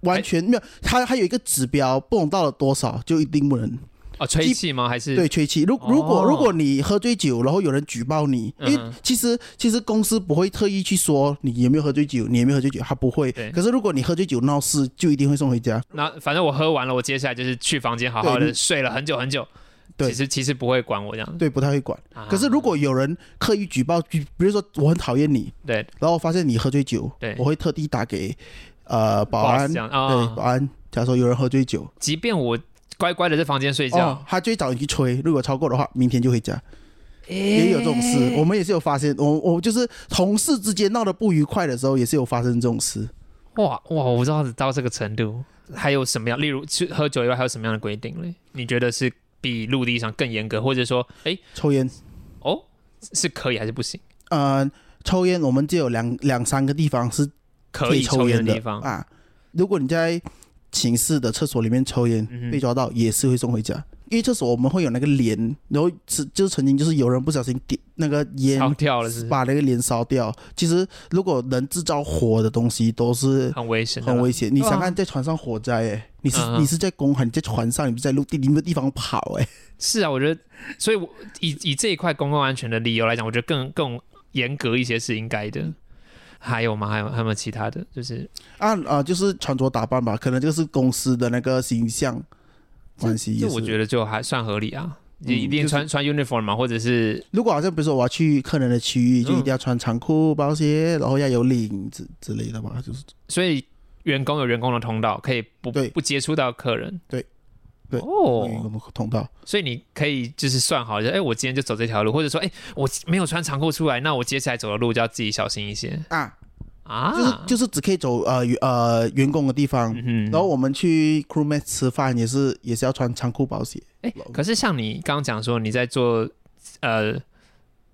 [SPEAKER 2] 完全没有，它还有一个指标，不懂到了多少就一定不能
[SPEAKER 1] 哦，吹气吗？还是
[SPEAKER 2] 对吹气。如如果、
[SPEAKER 1] 哦
[SPEAKER 2] 如果你喝醉酒，然后有人举报你，因为
[SPEAKER 1] 嗯哼
[SPEAKER 2] 其实其实公司不会特意去说你有没有喝醉酒，你有没有喝醉酒，他不会
[SPEAKER 1] 对。
[SPEAKER 2] 可是如果你喝醉酒闹事，就一定会送回家。
[SPEAKER 1] 那反正我喝完了，我接下来就是去房间好好
[SPEAKER 2] 对
[SPEAKER 1] 的
[SPEAKER 2] 你
[SPEAKER 1] 睡了很久很久。
[SPEAKER 2] 对
[SPEAKER 1] 其实其实不会管我这样。
[SPEAKER 2] 对，不太会管。
[SPEAKER 1] 啊
[SPEAKER 2] 可是如果有人刻意举报，举比如说我很讨厌你，
[SPEAKER 1] 对
[SPEAKER 2] 然后我发现你喝醉酒
[SPEAKER 1] 对，
[SPEAKER 2] 我会特地打给呃保安，
[SPEAKER 1] boss 这
[SPEAKER 2] 对
[SPEAKER 1] 样啊
[SPEAKER 2] 保安，假如说有人喝醉酒，
[SPEAKER 1] 即便我乖乖的在房间睡觉，
[SPEAKER 2] 哦，他就会找你去催，如果超过的话，明天就回家。也有这种事，我们也是有发现，我我就是同事之间闹得不愉快的时候，也是有发生这种事。
[SPEAKER 1] 哇哇，我不知道到这个程度，还有什么样？例如去喝酒以外，还有什么样的规定嘞？你觉得是比陆地上更严格，或者说，哎
[SPEAKER 2] 抽烟，
[SPEAKER 1] 哦，是可以还是不行？
[SPEAKER 2] 呃，抽烟我们就有两两三个地方是
[SPEAKER 1] 可以
[SPEAKER 2] 抽
[SPEAKER 1] 烟
[SPEAKER 2] 的
[SPEAKER 1] 地方，
[SPEAKER 2] 啊。如果你在寝室的厕所里面抽烟、
[SPEAKER 1] 嗯哼
[SPEAKER 2] 被抓到，也是会送回家。因为厕所我们会有那个帘，然后是就是曾经就是有人不小心点那个烟，
[SPEAKER 1] 烧掉了是不是
[SPEAKER 2] 把那个帘烧掉。其实如果能制造火的东西都是
[SPEAKER 1] 很危险的啦，
[SPEAKER 2] 很危险。你
[SPEAKER 1] 对啊
[SPEAKER 2] 想看在船上火灾，哎，你是
[SPEAKER 1] 嗯嗯
[SPEAKER 2] 你是在公海，你在船上，你不是在陆地，你没有地方跑，哎，
[SPEAKER 1] 是啊，我觉得，所以我以以这一块公共安全的理由来讲，我觉得更更严格一些是应该
[SPEAKER 2] 嗯
[SPEAKER 1] 的。还有吗？还有还有没有其他的？就是
[SPEAKER 2] 啊啊，就是穿着打扮吧，可能就是公司的那个形象关系
[SPEAKER 1] 这
[SPEAKER 2] 也
[SPEAKER 1] 我
[SPEAKER 2] 是。
[SPEAKER 1] 觉得就还算合理啊，
[SPEAKER 2] 嗯
[SPEAKER 1] 你一定
[SPEAKER 2] 就是
[SPEAKER 1] 穿穿 uniform 嘛，或者是
[SPEAKER 2] 如果好像比如说我要去客人的区域，就一定要穿长裤、包鞋，然后要有领之之类的吧，就是
[SPEAKER 1] 所以员工有员工的通道，可以不
[SPEAKER 2] 对
[SPEAKER 1] 不接触到客人。
[SPEAKER 2] 对对嗯我
[SPEAKER 1] 哦，
[SPEAKER 2] 们通道。
[SPEAKER 1] 所以你可以就是算好，就哎，我今天就走这条路，或者说哎，我没有穿长裤出来，那我接下来走的路就要自己小心一些
[SPEAKER 2] 啊，
[SPEAKER 1] 啊。
[SPEAKER 2] 就是就是只可以走呃呃员工的地方。
[SPEAKER 1] 嗯哼
[SPEAKER 2] 然后我们去 crewmate 吃饭也是也是要穿长裤包鞋，
[SPEAKER 1] 哎、可是像你刚刚讲说你在做呃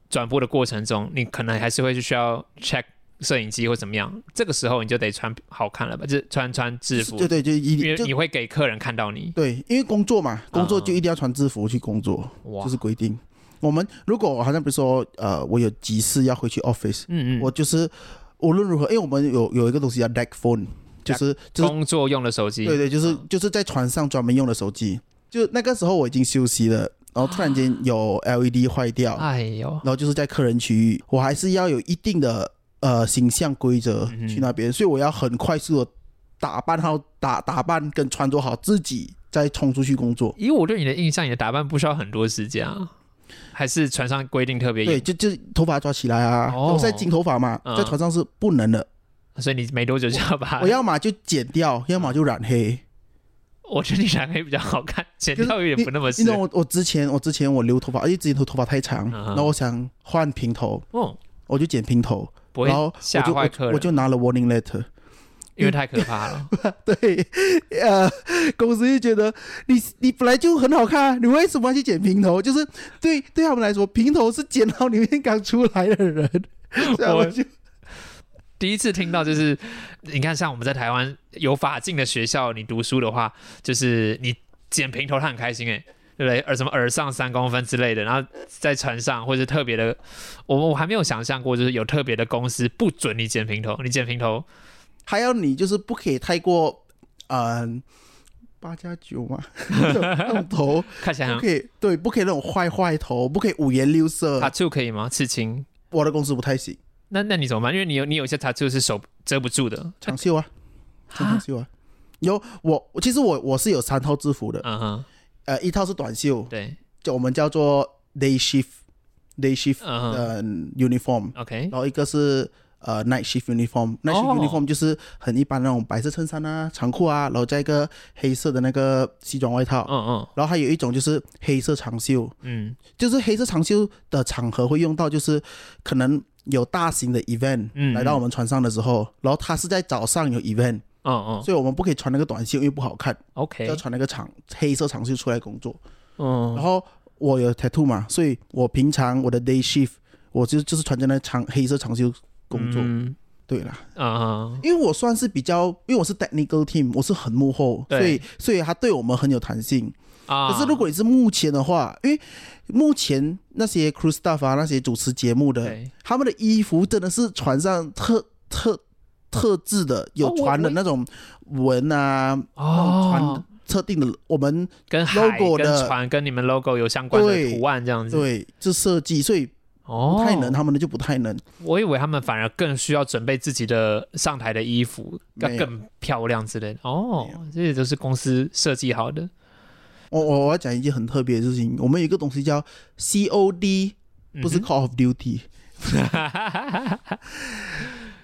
[SPEAKER 1] 转播的过程中，你可能还是会需要 check 摄影机或怎么样，这个时候你就得穿好看了吧，就是穿穿制服，
[SPEAKER 2] 对对，就一
[SPEAKER 1] 因为
[SPEAKER 2] 就
[SPEAKER 1] 你会给客人看到你。
[SPEAKER 2] 对，因为工作嘛，工作
[SPEAKER 1] 嗯
[SPEAKER 2] 就一定要穿制服去工作，
[SPEAKER 1] 哇，
[SPEAKER 2] 就是规定。我们如果好像比如说呃，我有急事要回去 office，、
[SPEAKER 1] 嗯嗯，
[SPEAKER 2] 我就是无论如何，因为我们有有一个东西叫 deck phone，就是就是
[SPEAKER 1] 工作用的手机，嗯
[SPEAKER 2] 对对，就是就是在船上专门用的手机。就那个时候我已经休息了，然后突然间有
[SPEAKER 1] 啊
[SPEAKER 2] LED 坏掉，
[SPEAKER 1] 哎呦
[SPEAKER 2] 然，后就是在客人区域，我还是要有一定的呃形象规则
[SPEAKER 1] 嗯哼
[SPEAKER 2] 去那边，所以我要很快速的打扮好打打扮跟穿着好自己，再冲出去工作。
[SPEAKER 1] 以我对你的印象，你的打扮不需要很多时间啊，还是船上规定特别
[SPEAKER 2] 对，
[SPEAKER 1] 严，
[SPEAKER 2] 就就头发抓起来啊，
[SPEAKER 1] 哦
[SPEAKER 2] 我在金头发嘛，
[SPEAKER 1] 嗯啊
[SPEAKER 2] 在船上是不能的，
[SPEAKER 1] 所以你没多久就要把
[SPEAKER 2] 我要么就剪掉，要么就染黑。
[SPEAKER 1] 我觉得你染黑比较好看，剪
[SPEAKER 2] 可是
[SPEAKER 1] 掉有
[SPEAKER 2] 你
[SPEAKER 1] 点不那么适
[SPEAKER 2] 你懂我，我之前我之前我留头发，而且之前头头发太长，
[SPEAKER 1] 嗯
[SPEAKER 2] 然后我想换平头，
[SPEAKER 1] 哦，
[SPEAKER 2] 我就剪平头，
[SPEAKER 1] 不
[SPEAKER 2] 然后
[SPEAKER 1] 会
[SPEAKER 2] 我
[SPEAKER 1] 吓
[SPEAKER 2] 就
[SPEAKER 1] 坏
[SPEAKER 2] 我
[SPEAKER 1] 客
[SPEAKER 2] 就
[SPEAKER 1] 人，
[SPEAKER 2] 我就拿嗯了 warning letter。
[SPEAKER 1] 因为太可怕了。
[SPEAKER 2] 对，呃，公司就觉得你你本来就很好看啊，你为什么要去剪平头？就是对对他们来说，平头是剪到里面刚出来的人， 所以
[SPEAKER 1] 我
[SPEAKER 2] 我就
[SPEAKER 1] 第一次听到就是，你看像我们在台湾有法禁的学校，你读书的话，就是你剪平头，他很开心哎、对不对？耳什么耳上三公分之类的，然后在船上或者特别的，我我还没有想象过，就是有特别的公司不准你剪平头，你剪平头
[SPEAKER 2] 还要你就是不可以太过，嗯、八加 九嘛，那种头
[SPEAKER 1] 看起来
[SPEAKER 2] 不
[SPEAKER 1] 很
[SPEAKER 2] 可以，对，不可以那种坏坏头，不可以五颜六色。
[SPEAKER 1] tattoo 可以吗？刺青？
[SPEAKER 2] 我的公司不太行，
[SPEAKER 1] 那那你怎么办？因为你有你有一些 tattoo 是手遮不住的，
[SPEAKER 2] 长袖啊，穿长袖啊。有我，其实我我是有三套制服的，
[SPEAKER 1] 嗯哼，
[SPEAKER 2] 呃，一套是短袖，
[SPEAKER 1] 对，
[SPEAKER 2] 就我们叫做 day shift，day shift
[SPEAKER 1] 嗯哼
[SPEAKER 2] 呃 uniform，
[SPEAKER 1] ，OK，
[SPEAKER 2] 然后一个是呃 night shift uniform，night
[SPEAKER 1] 哦
[SPEAKER 2] shift uniform 就是很一般那种白色衬衫啊、长裤啊，然后加一个黑色的那个西装外套，
[SPEAKER 1] 嗯嗯
[SPEAKER 2] 然后还有一种就是黑色长袖，
[SPEAKER 1] 嗯
[SPEAKER 2] 就是黑色长袖的场合会用到，就是可能有大型的 event
[SPEAKER 1] 嗯
[SPEAKER 2] 来到我们船上的时候，然后它是在早上有 event，
[SPEAKER 1] 嗯嗯
[SPEAKER 2] 所以我们不可以穿那个短袖，因为不好看，就
[SPEAKER 1] ，OK，
[SPEAKER 2] 要穿那个长黑色长袖出来工作。然
[SPEAKER 1] 嗯
[SPEAKER 2] 后我有 tattoo 嘛，所以我平常我的 day shift 我就就是穿着那长黑色长袖工作。
[SPEAKER 1] 嗯
[SPEAKER 2] 对啦，
[SPEAKER 1] 嗯
[SPEAKER 2] 因为我算是比较，因为我是 technical team，我是很幕后，
[SPEAKER 1] 对
[SPEAKER 2] 所以所以他对我们很有弹性。
[SPEAKER 1] 啊，
[SPEAKER 2] 可是如果你是目前的话，因为目前那些 crew staff 啊，那些主持节目的，
[SPEAKER 1] 对
[SPEAKER 2] 他们的衣服真的是船上特特特制的，有
[SPEAKER 1] 哦我
[SPEAKER 2] 船的
[SPEAKER 1] 我
[SPEAKER 2] 那种纹啊，那种
[SPEAKER 1] 哦
[SPEAKER 2] 船，特定的，我们
[SPEAKER 1] 跟海
[SPEAKER 2] logo 的
[SPEAKER 1] 跟船跟你们 logo 有相关的
[SPEAKER 2] 对
[SPEAKER 1] 图案这样子，
[SPEAKER 2] 对这设计，所以
[SPEAKER 1] 哦，
[SPEAKER 2] 不太能，他们的就不太能。
[SPEAKER 1] 我以为他们反而更需要准备自己的上台的衣服，要
[SPEAKER 2] 没有
[SPEAKER 1] 更漂亮之类的。哦
[SPEAKER 2] 没，
[SPEAKER 1] 这些都是公司设计好的。
[SPEAKER 2] 我我我要讲一件很特别的事情，我们有一个东西叫 COD，不
[SPEAKER 1] 嗯
[SPEAKER 2] 是 Call of Duty，、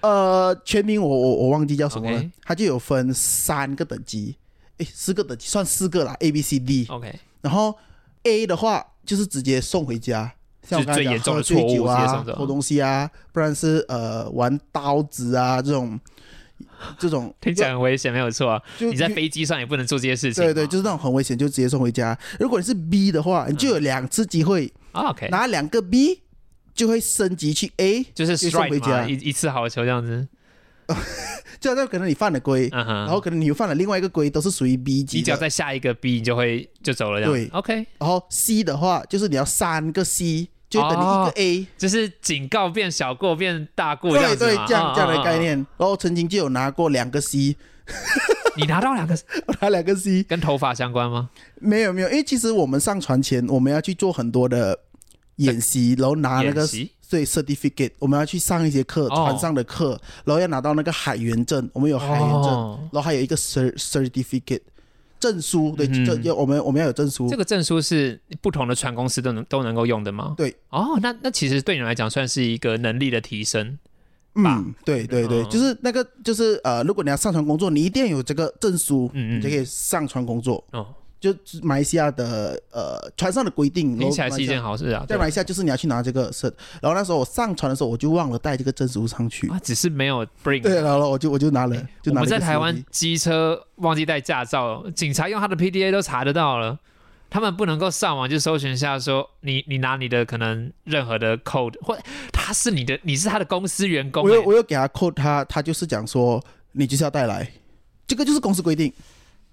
[SPEAKER 2] 呃，全名我我我忘记叫什么了
[SPEAKER 1] OK
[SPEAKER 2] 它就有分三个等级，诶，四个等级算四个啦，A B C D，、
[SPEAKER 1] OK，
[SPEAKER 2] 然后 A 的话就是直接送回家，像我刚才
[SPEAKER 1] 最
[SPEAKER 2] 讲
[SPEAKER 1] 严重的
[SPEAKER 2] 喝醉
[SPEAKER 1] 错误
[SPEAKER 2] 酒
[SPEAKER 1] 直接
[SPEAKER 2] 啊
[SPEAKER 1] 送，走
[SPEAKER 2] 偷东西啊，不然是呃玩刀子啊这种这种
[SPEAKER 1] 听起来很危险，没有错啊。
[SPEAKER 2] 就
[SPEAKER 1] 你在
[SPEAKER 2] 就
[SPEAKER 1] 飞机上也不能做这些事情嘛。
[SPEAKER 2] 对对，就是那种很危险，就直接送回家。如果你是 B 的话，你就有两次机会，
[SPEAKER 1] 啊 OK，
[SPEAKER 2] 拿两个 B 就会升级去 A，
[SPEAKER 1] 就是
[SPEAKER 2] 就送回
[SPEAKER 1] strike 嘛，
[SPEAKER 2] 家
[SPEAKER 1] 一。一次好球这样子。
[SPEAKER 2] 就那可能你犯了规，
[SPEAKER 1] 嗯哼，
[SPEAKER 2] 然后可能你又犯了另外一个规，都是属于 B
[SPEAKER 1] 你
[SPEAKER 2] 级
[SPEAKER 1] 只要
[SPEAKER 2] 的。
[SPEAKER 1] 再下一个 B，你就会就走了这样。
[SPEAKER 2] 对
[SPEAKER 1] OK，
[SPEAKER 2] 然后 C 的话，就是你要三个 C，就等于一
[SPEAKER 1] 哦
[SPEAKER 2] 个 A。
[SPEAKER 1] 就是警告变小过变大过这样
[SPEAKER 2] 对
[SPEAKER 1] 子
[SPEAKER 2] 对
[SPEAKER 1] 嘛，
[SPEAKER 2] 这样这样
[SPEAKER 1] 啊
[SPEAKER 2] 的
[SPEAKER 1] 啊
[SPEAKER 2] 概
[SPEAKER 1] 啊
[SPEAKER 2] 念。然后曾经就有拿过两个 C，
[SPEAKER 1] 你拿到两个
[SPEAKER 2] 我拿两个 C，
[SPEAKER 1] 跟头发相关 吗？
[SPEAKER 2] 没有没有，因为其实我们上船前我们要去做很多的演习，然后拿那
[SPEAKER 1] 演
[SPEAKER 2] 个
[SPEAKER 1] 习
[SPEAKER 2] 对 certificate，我们要去上一些课，
[SPEAKER 1] 哦
[SPEAKER 2] 船上的课，然后要拿到那个海员证，我们有海员证，
[SPEAKER 1] 哦
[SPEAKER 2] 然后还有一个 cer certificate 证书，对，
[SPEAKER 1] 嗯
[SPEAKER 2] 证要我们我们要有证书
[SPEAKER 1] 这，个证书是不同的船公司都能都能够用的吗？
[SPEAKER 2] 对。
[SPEAKER 1] 哦，那那其实对你来讲算是一个能力的提升。吧
[SPEAKER 2] 嗯，对对对，
[SPEAKER 1] 嗯
[SPEAKER 2] 就是那个就是呃，如果你要上船工作，你一定要有这个证书，
[SPEAKER 1] 嗯嗯
[SPEAKER 2] 你就可以上船工作。
[SPEAKER 1] 哦，
[SPEAKER 2] 就马来西亚的呃船上的规定，然后
[SPEAKER 1] 听起来是一件
[SPEAKER 2] 马来西亚
[SPEAKER 1] 好事啊。
[SPEAKER 2] 再
[SPEAKER 1] 对
[SPEAKER 2] 来一下，就是你要去拿这个证，然后那时候我上船的时候，我就忘了带这个证书上去。
[SPEAKER 1] 啊，只是没有 bring。
[SPEAKER 2] 对，然后我就我就拿了，
[SPEAKER 1] 哎我
[SPEAKER 2] 就拿
[SPEAKER 1] 们
[SPEAKER 2] 了一
[SPEAKER 1] 在
[SPEAKER 2] 个
[SPEAKER 1] 台
[SPEAKER 2] CD
[SPEAKER 1] 湾机车忘记带驾照，警察用他的 PDA 都查得到了。他们不能够上网去搜寻一下说你你拿你的可能任何的 code 或他是你的你是他的公司员工、
[SPEAKER 2] 我
[SPEAKER 1] 欸
[SPEAKER 2] 有我有给他扣他，他就是讲说你就是要带来，这个就是公司规定。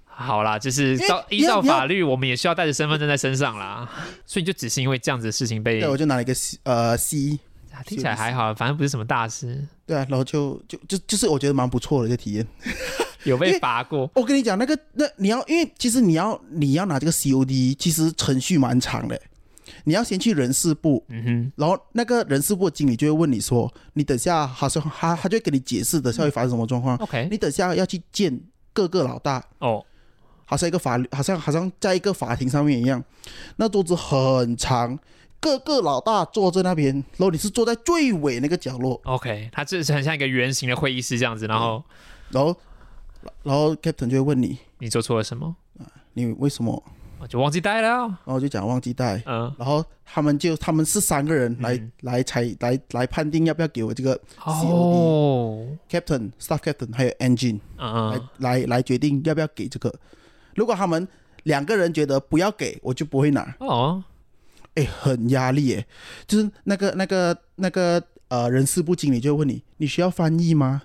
[SPEAKER 1] 好啦，就是
[SPEAKER 2] 为
[SPEAKER 1] 照
[SPEAKER 2] 你
[SPEAKER 1] 依照
[SPEAKER 2] 要你要
[SPEAKER 1] 法律，我们也需要带着身份证在身上 啦。所以你就只是因为这样子的事情被
[SPEAKER 2] 对，我就拿了一个 C 呃 C，
[SPEAKER 1] 啊听起来还好，反正不是什么大事，
[SPEAKER 2] 对啊，然后就就就就是我觉得蛮不错的这体验。
[SPEAKER 1] 有
[SPEAKER 2] 因
[SPEAKER 1] 被
[SPEAKER 2] 为
[SPEAKER 1] 罚过。
[SPEAKER 2] 我跟你讲，那个那你要因为其实你要你要拿这个 COD，其实程序蛮长的，你要先去人事部，
[SPEAKER 1] 嗯
[SPEAKER 2] 然后那个人事部经理就会问你说，你等下好像他他就会给你解释等下会发生什么状况
[SPEAKER 1] 哼，，OK，
[SPEAKER 2] 你等下要去见各个老大，
[SPEAKER 1] 哦，
[SPEAKER 2] 好像一个法律，好像好像在一个法庭上面一样，那桌子很长，各个老大坐在那边，然后你是坐在最尾那个角落，
[SPEAKER 1] OK，它这是很像一个圆形的会议室这样子，然后
[SPEAKER 2] 然后然后 captain 就会问你，
[SPEAKER 1] 你做错了什么，
[SPEAKER 2] 你为什么？
[SPEAKER 1] 我就忘记带了。
[SPEAKER 2] 然后就讲忘记带，
[SPEAKER 1] 嗯，
[SPEAKER 2] 然后他们就他们是三个人来、
[SPEAKER 1] 嗯
[SPEAKER 2] 来才来来判定要不要给我这个 COD
[SPEAKER 1] 哦，
[SPEAKER 2] captain、staff captain 还有 engine 来、
[SPEAKER 1] 嗯
[SPEAKER 2] 来来决定要不要给这个。如果他们两个人觉得不要给，我就不会拿。
[SPEAKER 1] 哦，
[SPEAKER 2] 哎，很压力耶，就是那个那个那个呃，人事部经理就会问你，你需要翻译吗？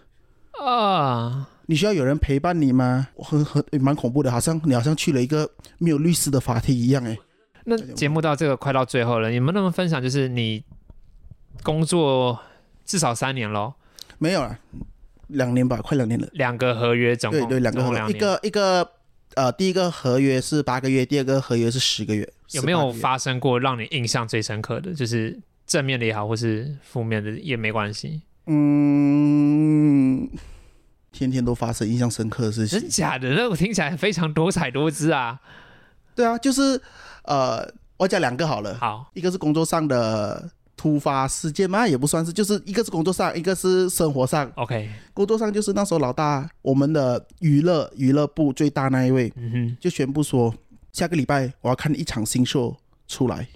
[SPEAKER 1] 啊，
[SPEAKER 2] 你需要有人陪伴你吗？很很诶蛮恐怖的，好像你好像去了一个没有律师的法庭一样哎。
[SPEAKER 1] 那节目到这个快到最后了，你们能不能分享就是你工作至少三年咯，
[SPEAKER 2] 没有啦，两年吧，快两年了。
[SPEAKER 1] 两个合约总
[SPEAKER 2] 对
[SPEAKER 1] 共
[SPEAKER 2] 对，两个
[SPEAKER 1] 总
[SPEAKER 2] 合
[SPEAKER 1] 共两
[SPEAKER 2] 约，一
[SPEAKER 1] 年。
[SPEAKER 2] 个一个呃，第一个合约是八个月，第二个合约是十个月。
[SPEAKER 1] 有没有
[SPEAKER 2] 18个月？
[SPEAKER 1] 发生过让你印象最深刻的，就是正面的也好，或是负面的也没关系？
[SPEAKER 2] 嗯，天天都发生印象深刻的事 情
[SPEAKER 1] 真。假的？那我听起来非常多彩多姿啊！
[SPEAKER 2] 对啊，就是呃，我讲两个好了。
[SPEAKER 1] 好，
[SPEAKER 2] 一个是工作上的突发事件嘛，也不算是，就是一个是工作上，一个是生活上。
[SPEAKER 1] ，OK，
[SPEAKER 2] 工作上就是那时候老大，我们的娱乐娱乐部最大那一位
[SPEAKER 1] 嗯
[SPEAKER 2] 就宣布说，下个礼拜我要看一场新秀出来。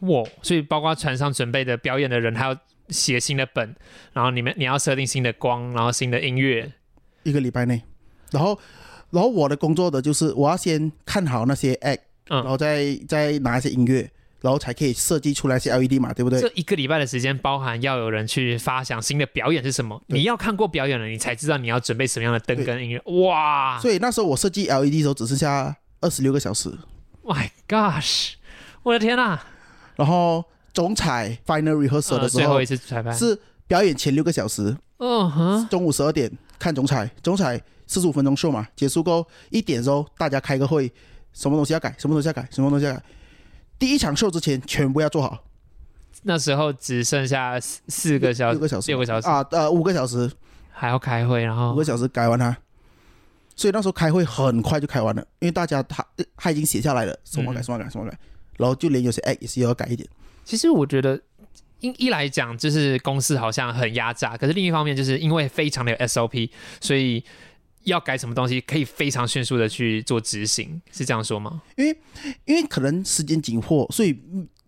[SPEAKER 1] 哼，哇，所以包括船上准备的表演的人，还要写新的本，然后你们你要设定新的光，然后新的音乐，
[SPEAKER 2] 一个礼拜内，然后，然后我的工作的就是我要先看好那些 act，、然
[SPEAKER 1] 嗯，
[SPEAKER 2] 后再再拿一些音乐，然后才可以设计出来一些 LED 嘛，对不对？
[SPEAKER 1] 这一个礼拜的时间包含要有人去发想新的表演是什么，
[SPEAKER 2] 对
[SPEAKER 1] 你要看过表演了，你才知道你要准备什么样的灯
[SPEAKER 2] 对
[SPEAKER 1] 跟音乐。哇
[SPEAKER 2] 所以那时候我设计 LED 的时候只剩下二十六个小时，
[SPEAKER 1] ，My gosh，我的天呐、啊！
[SPEAKER 2] 然后总彩 final rehearsal
[SPEAKER 1] 呃
[SPEAKER 2] 的时
[SPEAKER 1] 最
[SPEAKER 2] 候、
[SPEAKER 1] 后一次彩排，
[SPEAKER 2] 是表演前六个小时，
[SPEAKER 1] 嗯哼，
[SPEAKER 2] 中午十二点看总彩，总彩四十五分钟秀嘛，结束过一点之后大家开个会，什么东西要改，什么东西要改，什么东西要改。第一场秀之前全部要做好，
[SPEAKER 1] 那时候只剩下四四个小
[SPEAKER 2] 六个小时，
[SPEAKER 1] 六个小时啊
[SPEAKER 2] 啊，呃，五个小时，
[SPEAKER 1] 还要开会，然
[SPEAKER 2] 五
[SPEAKER 1] 后
[SPEAKER 2] 个小时改完它。所以那时候开会很快就开完了，因为大家他他已经写下来了，什么改
[SPEAKER 1] 嗯
[SPEAKER 2] 什么改什么改，然后就连有些 act 也是要改一点。
[SPEAKER 1] 其实我觉得。一一来讲，就是公司好像很压榨，可是另一方面，就是因为非常的有 SOP，所以要改什么东西可以非常迅速的去做执行，是这样说吗？
[SPEAKER 2] 因为可能时间紧迫，所以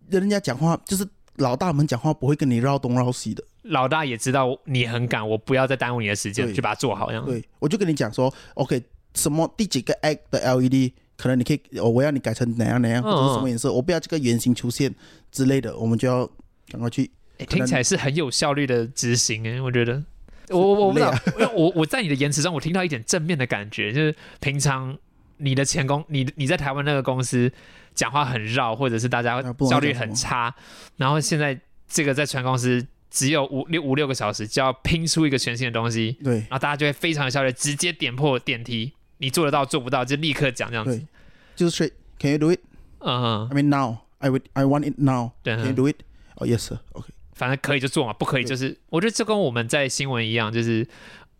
[SPEAKER 2] 人家讲话就是老大们讲话不会跟你绕东绕西的。
[SPEAKER 1] 老大也知道你很赶，我不要再耽误你的时间，
[SPEAKER 2] 对
[SPEAKER 1] 去把它做好，这样。
[SPEAKER 2] 对，我就跟你讲说，OK，什么第几个 act 的 LED，可能你可以，哦我要你改成哪样哪样，
[SPEAKER 1] 嗯
[SPEAKER 2] 或者是什么颜色，我不要这个圆形出现之类的，我们就要赶快去。
[SPEAKER 1] 诶
[SPEAKER 2] 可能
[SPEAKER 1] 听起来是很有效率的执行，哎，我觉得。我我我不知道，
[SPEAKER 2] 啊
[SPEAKER 1] 因为我我在你的言辞中，我听到一点正面的感觉，就是平常你的前公，你你在台湾那个公司讲话很绕，或者是大家
[SPEAKER 2] 啊不懂
[SPEAKER 1] 效
[SPEAKER 2] 在
[SPEAKER 1] 率
[SPEAKER 2] 讲什
[SPEAKER 1] 很
[SPEAKER 2] 么
[SPEAKER 1] 差，然后现在这个在船公司只有五六五六个小时，就要拼出一个全新的东西，
[SPEAKER 2] 对
[SPEAKER 1] 然后大家就会非常有效率，直接点破电梯，你做得到做不到就立刻讲这样子
[SPEAKER 2] 对，，就是说 Can you do it?
[SPEAKER 1] 嗯
[SPEAKER 2] I，mean now. I would. I want it now.
[SPEAKER 1] 对嗯
[SPEAKER 2] Can you do it? Oh yes, sir. OK.
[SPEAKER 1] 反正可以就做嘛，不可以就是，我觉得这跟我们在新闻一样，就是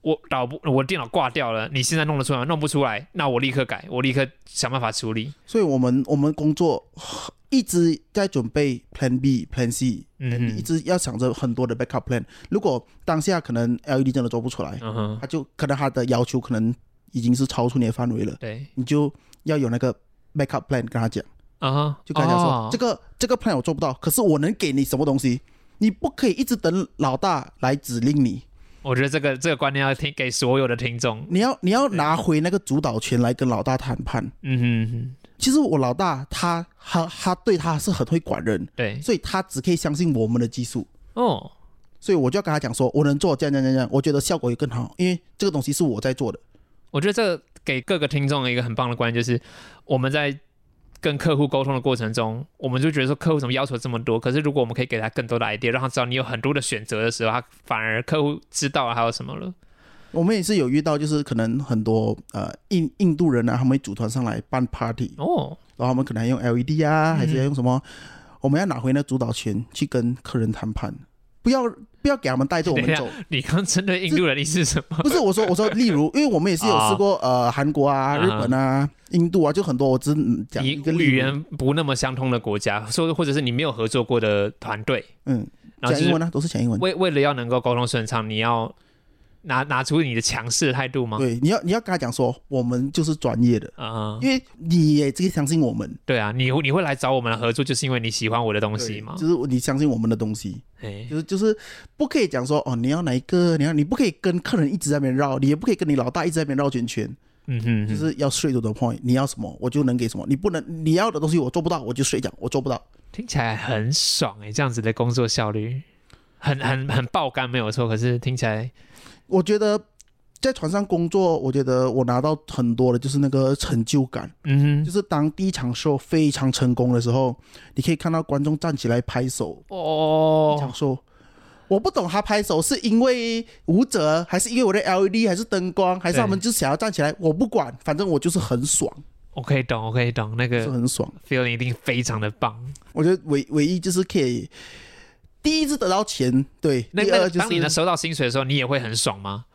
[SPEAKER 1] 我导不我电脑挂掉了，你现在弄得出来吗弄不出来，那我立刻改，我立刻想办法处理。
[SPEAKER 2] 所以我们我们工作一直在准备 Plan B、Plan C，
[SPEAKER 1] 嗯
[SPEAKER 2] 一直要想着很多的 backup plan。如果当下可能 LED 真的做不出来，
[SPEAKER 1] 嗯哼，
[SPEAKER 2] 它就可能它的要求可能已经是超出你的范围了，
[SPEAKER 1] 对，
[SPEAKER 2] 你就要有那个 backup plan 跟他讲，
[SPEAKER 1] 嗯哼，
[SPEAKER 2] 就跟他讲说、
[SPEAKER 1] 哦
[SPEAKER 2] 这个这个 plan 我做不到，可是我能给你什么东西？你不可以一直等老大来指令你，
[SPEAKER 1] 我觉得这个这个观念要听给所有的听众。
[SPEAKER 2] 你要你要拿回那个主导权来跟老大谈判。
[SPEAKER 1] 嗯哼哼，
[SPEAKER 2] 其实我老大他他他对他是很会管人，
[SPEAKER 1] 对，
[SPEAKER 2] 所以他只可以相信我们的技术，
[SPEAKER 1] 哦，
[SPEAKER 2] 所以我就要跟他讲说，我能做这样这样这样这样，我觉得效果也更好，因为这个东西是我在做的。
[SPEAKER 1] 我觉得这给各个听众一个很棒的观念，就是我们在跟客户沟通的过程中，我们就觉得说客户怎么要求这么多，可是如果我们可以给他更多的 idea，让他知道你有很多的选择的时候，他反而客户知道了还有什么了。
[SPEAKER 2] 我们也是有遇到，就是可能很多呃印印度人啊，他们会组团上来办 party，
[SPEAKER 1] 哦，
[SPEAKER 2] 然后他们可能还用 LED 啊，
[SPEAKER 1] 嗯
[SPEAKER 2] 还是要用什么，我们要拿回那主导权去跟客人谈判，不要不要给他们带着我
[SPEAKER 1] 等一
[SPEAKER 2] 们
[SPEAKER 1] 下
[SPEAKER 2] 走。
[SPEAKER 1] 你刚针对印度人，你是什么？
[SPEAKER 2] 不是我说，我说，例 如，因为我们也是有试过，呃，韩国啊、
[SPEAKER 1] 嗯
[SPEAKER 2] 日本啊、印度啊，就很多。我只嗯讲
[SPEAKER 1] 你
[SPEAKER 2] 一个例
[SPEAKER 1] 语
[SPEAKER 2] 如，
[SPEAKER 1] 言不那么相通的国家，说或者是你没有合作过的团队，
[SPEAKER 2] 嗯，
[SPEAKER 1] 然后
[SPEAKER 2] 讲
[SPEAKER 1] 就
[SPEAKER 2] 英
[SPEAKER 1] 是
[SPEAKER 2] 文啊，都是讲英文。
[SPEAKER 1] 为为了要能够沟通顺畅，你要拿拿出你的强势态度吗？
[SPEAKER 2] 对，你要你要跟他讲说，我们就是专业的，
[SPEAKER 1] 啊、
[SPEAKER 2] 因为你也自己相信我们，
[SPEAKER 1] 对啊，你你会来找我们合作，就是因为你喜欢我的东西吗？
[SPEAKER 2] 就是你相信我们的东西。
[SPEAKER 1] 哎，
[SPEAKER 2] 就是就是不可以讲说哦，你要哪一个，你要你不可以跟客人一直在那边绕，你也不可以跟你老大一直在那边绕圈圈，
[SPEAKER 1] 嗯哼
[SPEAKER 2] 就
[SPEAKER 1] 哼，
[SPEAKER 2] 是要 straight to the point，你要什么我就能给什么，你不能你要的东西我做不到，我就 straight 讲我做不到。
[SPEAKER 1] 听起来很爽哎、这样子的工作效率，很很很爆肝没有错，可是听起来
[SPEAKER 2] 我觉得在船上工作，我觉得我拿到很多的就是那个成就感，
[SPEAKER 1] 嗯
[SPEAKER 2] 就
[SPEAKER 1] 哼，
[SPEAKER 2] 是当第一场 show 非常成功的时候，你可以看到观众站起来拍手，
[SPEAKER 1] 哦，
[SPEAKER 2] 想说，我不懂他拍手是因为舞者，还是因为我的 LED，还是灯光，还是
[SPEAKER 1] 对
[SPEAKER 2] 他们就想要站起来，我不管，反正我就是很爽，
[SPEAKER 1] 我可以懂，我可以懂，那
[SPEAKER 2] 就是
[SPEAKER 1] 个
[SPEAKER 2] 很爽。
[SPEAKER 1] feeling 一定非常的棒。
[SPEAKER 2] 我觉得唯唯一就是可以，第一次得到钱，对，
[SPEAKER 1] 那
[SPEAKER 2] 第
[SPEAKER 1] 那
[SPEAKER 2] 二
[SPEAKER 1] 个
[SPEAKER 2] 就
[SPEAKER 1] 当你能
[SPEAKER 2] 是
[SPEAKER 1] 收到薪水的时候，你也会很爽吗？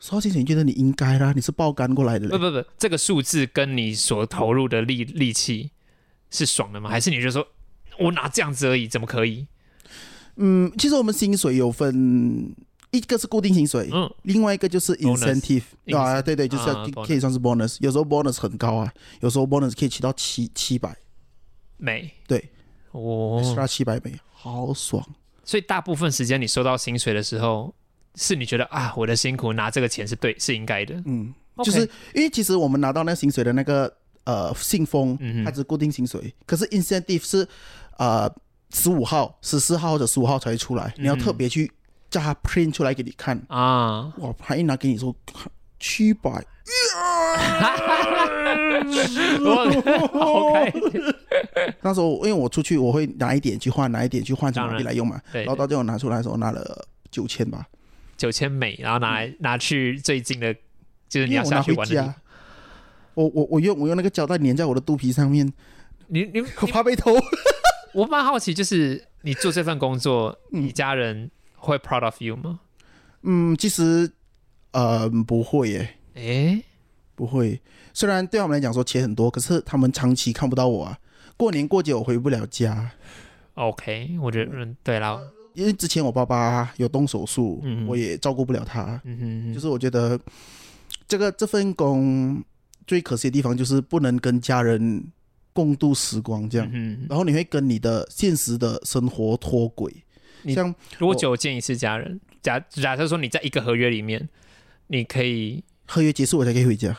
[SPEAKER 2] 说清楚，你觉得你应该啦，你是爆肝过来的
[SPEAKER 1] 呃不
[SPEAKER 2] 嘞。
[SPEAKER 1] 不不，这个数字跟你所投入的力力气是爽的吗？还是你就说我拿这样子而已，怎么可以？
[SPEAKER 2] 嗯，其实我们薪水有分，一个是固定薪水。
[SPEAKER 1] 嗯，
[SPEAKER 2] 另外一个就是
[SPEAKER 1] Bonus
[SPEAKER 2] incentive 啊，
[SPEAKER 1] Incentive
[SPEAKER 2] 对对，就是
[SPEAKER 1] 啊
[SPEAKER 2] 要
[SPEAKER 1] ，bonus
[SPEAKER 2] 可以算是 bonus，有时候 bonus 很高啊，有时候 bonus 可以去到七七百
[SPEAKER 1] 美
[SPEAKER 2] 对
[SPEAKER 1] 哦，
[SPEAKER 2] ，extra 七百美，好爽。
[SPEAKER 1] 所以大部分时间你收到薪水的时候，是你觉得啊，我的辛苦拿这个钱是对，是应该的。
[SPEAKER 2] 嗯，
[SPEAKER 1] OK
[SPEAKER 2] 就是因为其实我们拿到那个薪水的那个呃信封
[SPEAKER 1] 嗯哼，
[SPEAKER 2] 它只是固定薪水，可是 incentive 是呃十五号、十四号或者十五号才会出来，你
[SPEAKER 1] 嗯
[SPEAKER 2] 要特别去叫他 print 出来给你看。
[SPEAKER 1] 啊，
[SPEAKER 2] 哇，他一拿给你说七百，
[SPEAKER 1] 我好开心，
[SPEAKER 2] 那时候因为我出去我会拿一点去换，拿一点去换成
[SPEAKER 1] 当
[SPEAKER 2] 马
[SPEAKER 1] 然
[SPEAKER 2] 币来用嘛，
[SPEAKER 1] 对
[SPEAKER 2] 然后到最后拿出来的时候拿了九千吧，
[SPEAKER 1] 九千美，然后拿来拿去最近的，就是你
[SPEAKER 2] 因为
[SPEAKER 1] 要
[SPEAKER 2] 我
[SPEAKER 1] 下
[SPEAKER 2] 拿
[SPEAKER 1] 去
[SPEAKER 2] 回
[SPEAKER 1] 玩的地
[SPEAKER 2] 家。我我我用我用那个胶带粘在我的肚皮上面，
[SPEAKER 1] 你你你
[SPEAKER 2] 我怕被偷。
[SPEAKER 1] 我蛮好奇，就是你做这份工作，你家人会 proud of you 吗？
[SPEAKER 2] 嗯，其实呃不会耶，
[SPEAKER 1] 诶，
[SPEAKER 2] 不会。虽然对他们来讲说钱很多，可是他们长期看不到我啊。过年过节我回不了家，
[SPEAKER 1] o k 我觉得嗯，对啦，
[SPEAKER 2] 因为之前我爸爸有动手术，
[SPEAKER 1] 嗯
[SPEAKER 2] 我也照顾不了他。
[SPEAKER 1] 嗯哼
[SPEAKER 2] 就
[SPEAKER 1] 哼，
[SPEAKER 2] 是我觉得这个这份工最可惜的地方就是不能跟家人共度时光这样，
[SPEAKER 1] 嗯哼，
[SPEAKER 2] 然后你会跟你的现实的生活脱轨。
[SPEAKER 1] 你
[SPEAKER 2] 像
[SPEAKER 1] 如果
[SPEAKER 2] 我
[SPEAKER 1] 久见一次家人，假假设说你在一个合约里面，你可以
[SPEAKER 2] 合约结束我才可以回家，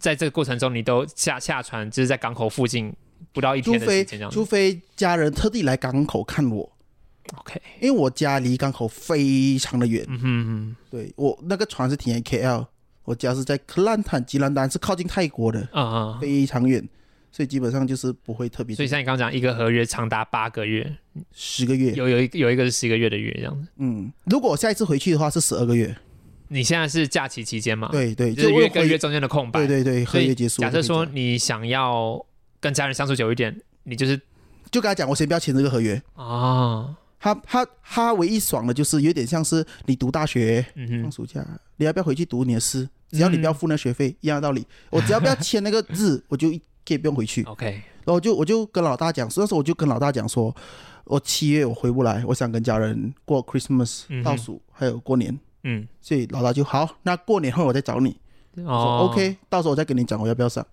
[SPEAKER 1] 在这个过程中，你都下下船，就是在港口附近不到一
[SPEAKER 2] 除
[SPEAKER 1] 天的时
[SPEAKER 2] 非
[SPEAKER 1] 间这样
[SPEAKER 2] 除
[SPEAKER 1] 子。
[SPEAKER 2] 非家人特地来港口看我，
[SPEAKER 1] OK，
[SPEAKER 2] 因为我家离港口非常的远。
[SPEAKER 1] 嗯哼哼，
[SPEAKER 2] 对我那个船是停在 KL，我家是在克兰坦、吉兰丹，是靠近泰国的，
[SPEAKER 1] 啊啊、
[SPEAKER 2] 非常远，所以基本上就是不会特别。
[SPEAKER 1] 所以像你刚刚讲，一个合约长达八个月，
[SPEAKER 2] 十个月，
[SPEAKER 1] 有有一个有一个是十个月的月这样子。
[SPEAKER 2] 嗯，如果我下一次回去的话是十二个月，
[SPEAKER 1] 你现在是假期期间嘛？，
[SPEAKER 2] 对对，
[SPEAKER 1] 啊就是
[SPEAKER 2] 我
[SPEAKER 1] 约跟
[SPEAKER 2] 回
[SPEAKER 1] 约中间的空白。
[SPEAKER 2] 对对对，合
[SPEAKER 1] 所以
[SPEAKER 2] 约结束。
[SPEAKER 1] 假设说
[SPEAKER 2] 就可以
[SPEAKER 1] 你想要跟家人相处久一点，你就是
[SPEAKER 2] 走就跟他讲，我先不要签这个合约。
[SPEAKER 1] 啊、
[SPEAKER 2] 他他他唯一爽的就是有点像是你读大学
[SPEAKER 1] 嗯
[SPEAKER 2] 放
[SPEAKER 1] 哼，
[SPEAKER 2] 暑假，你要不要回去读你的诗？只要你不要付那学费，一样的道理。我只要 不要签那个字，我就一可以不用回去。
[SPEAKER 1] OK，
[SPEAKER 2] 然后我就我就跟老大讲，那时候我就跟老大讲说，我七月我回不来，我想跟家人过 Christmas
[SPEAKER 1] 嗯哼
[SPEAKER 2] 倒数，还有过年，
[SPEAKER 1] 嗯，
[SPEAKER 2] 所以老大就好，那过年后我再找你，我说
[SPEAKER 1] 哦
[SPEAKER 2] OK，到时候我再跟你讲我要不要上，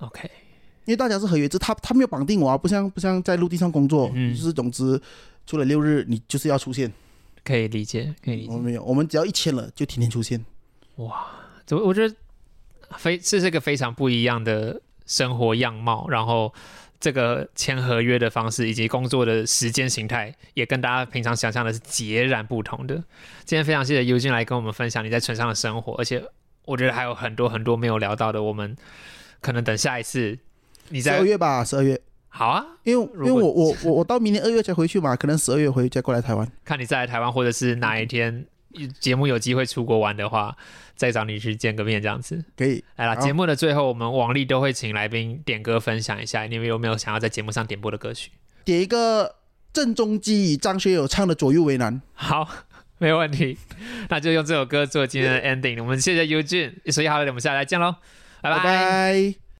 [SPEAKER 1] OK，
[SPEAKER 2] 因为大家是合约制，他他没有绑定我啊，不像不像在陆地上工作，
[SPEAKER 1] 嗯
[SPEAKER 2] 就是总之除了六日你就是要出现，
[SPEAKER 1] 可以理解，可以理解。
[SPEAKER 2] 我们没有，我们只要一签了就天天出现，
[SPEAKER 1] 怎
[SPEAKER 2] 哦
[SPEAKER 1] 么我觉得非这是个非常不一样的生活样貌，然后这个签合约的方式以及工作的时间形态，也跟大家平常想象的是截然不同的。今天非常谢谢尤金来跟我们分享你在船上的生活，而且我觉得还有很多很多没有聊到的，我们可能等下一次你
[SPEAKER 2] 十
[SPEAKER 1] 再
[SPEAKER 2] 二月吧，十二月，
[SPEAKER 1] 好啊，
[SPEAKER 2] 因为因
[SPEAKER 1] 如果
[SPEAKER 2] 为我我我我到明年二月才回去嘛，可能十二月回再过来台湾，
[SPEAKER 1] 看你在台湾或者是哪一天节目有机会出国玩的话，再找你去见个面这样子。
[SPEAKER 2] 可以，
[SPEAKER 1] 来啦，
[SPEAKER 2] 好
[SPEAKER 1] 节目的最后，我们王力都会请来宾点歌分享一下，你们有没有想要在节目上点播的歌曲？
[SPEAKER 2] 点一个郑中基与张学友唱的《左右为难》。
[SPEAKER 1] 好， 没问题，那就用这首歌做今天的 ending。我们谢谢 Eugene，所以好了，我们下来见喽，拜
[SPEAKER 2] 拜拜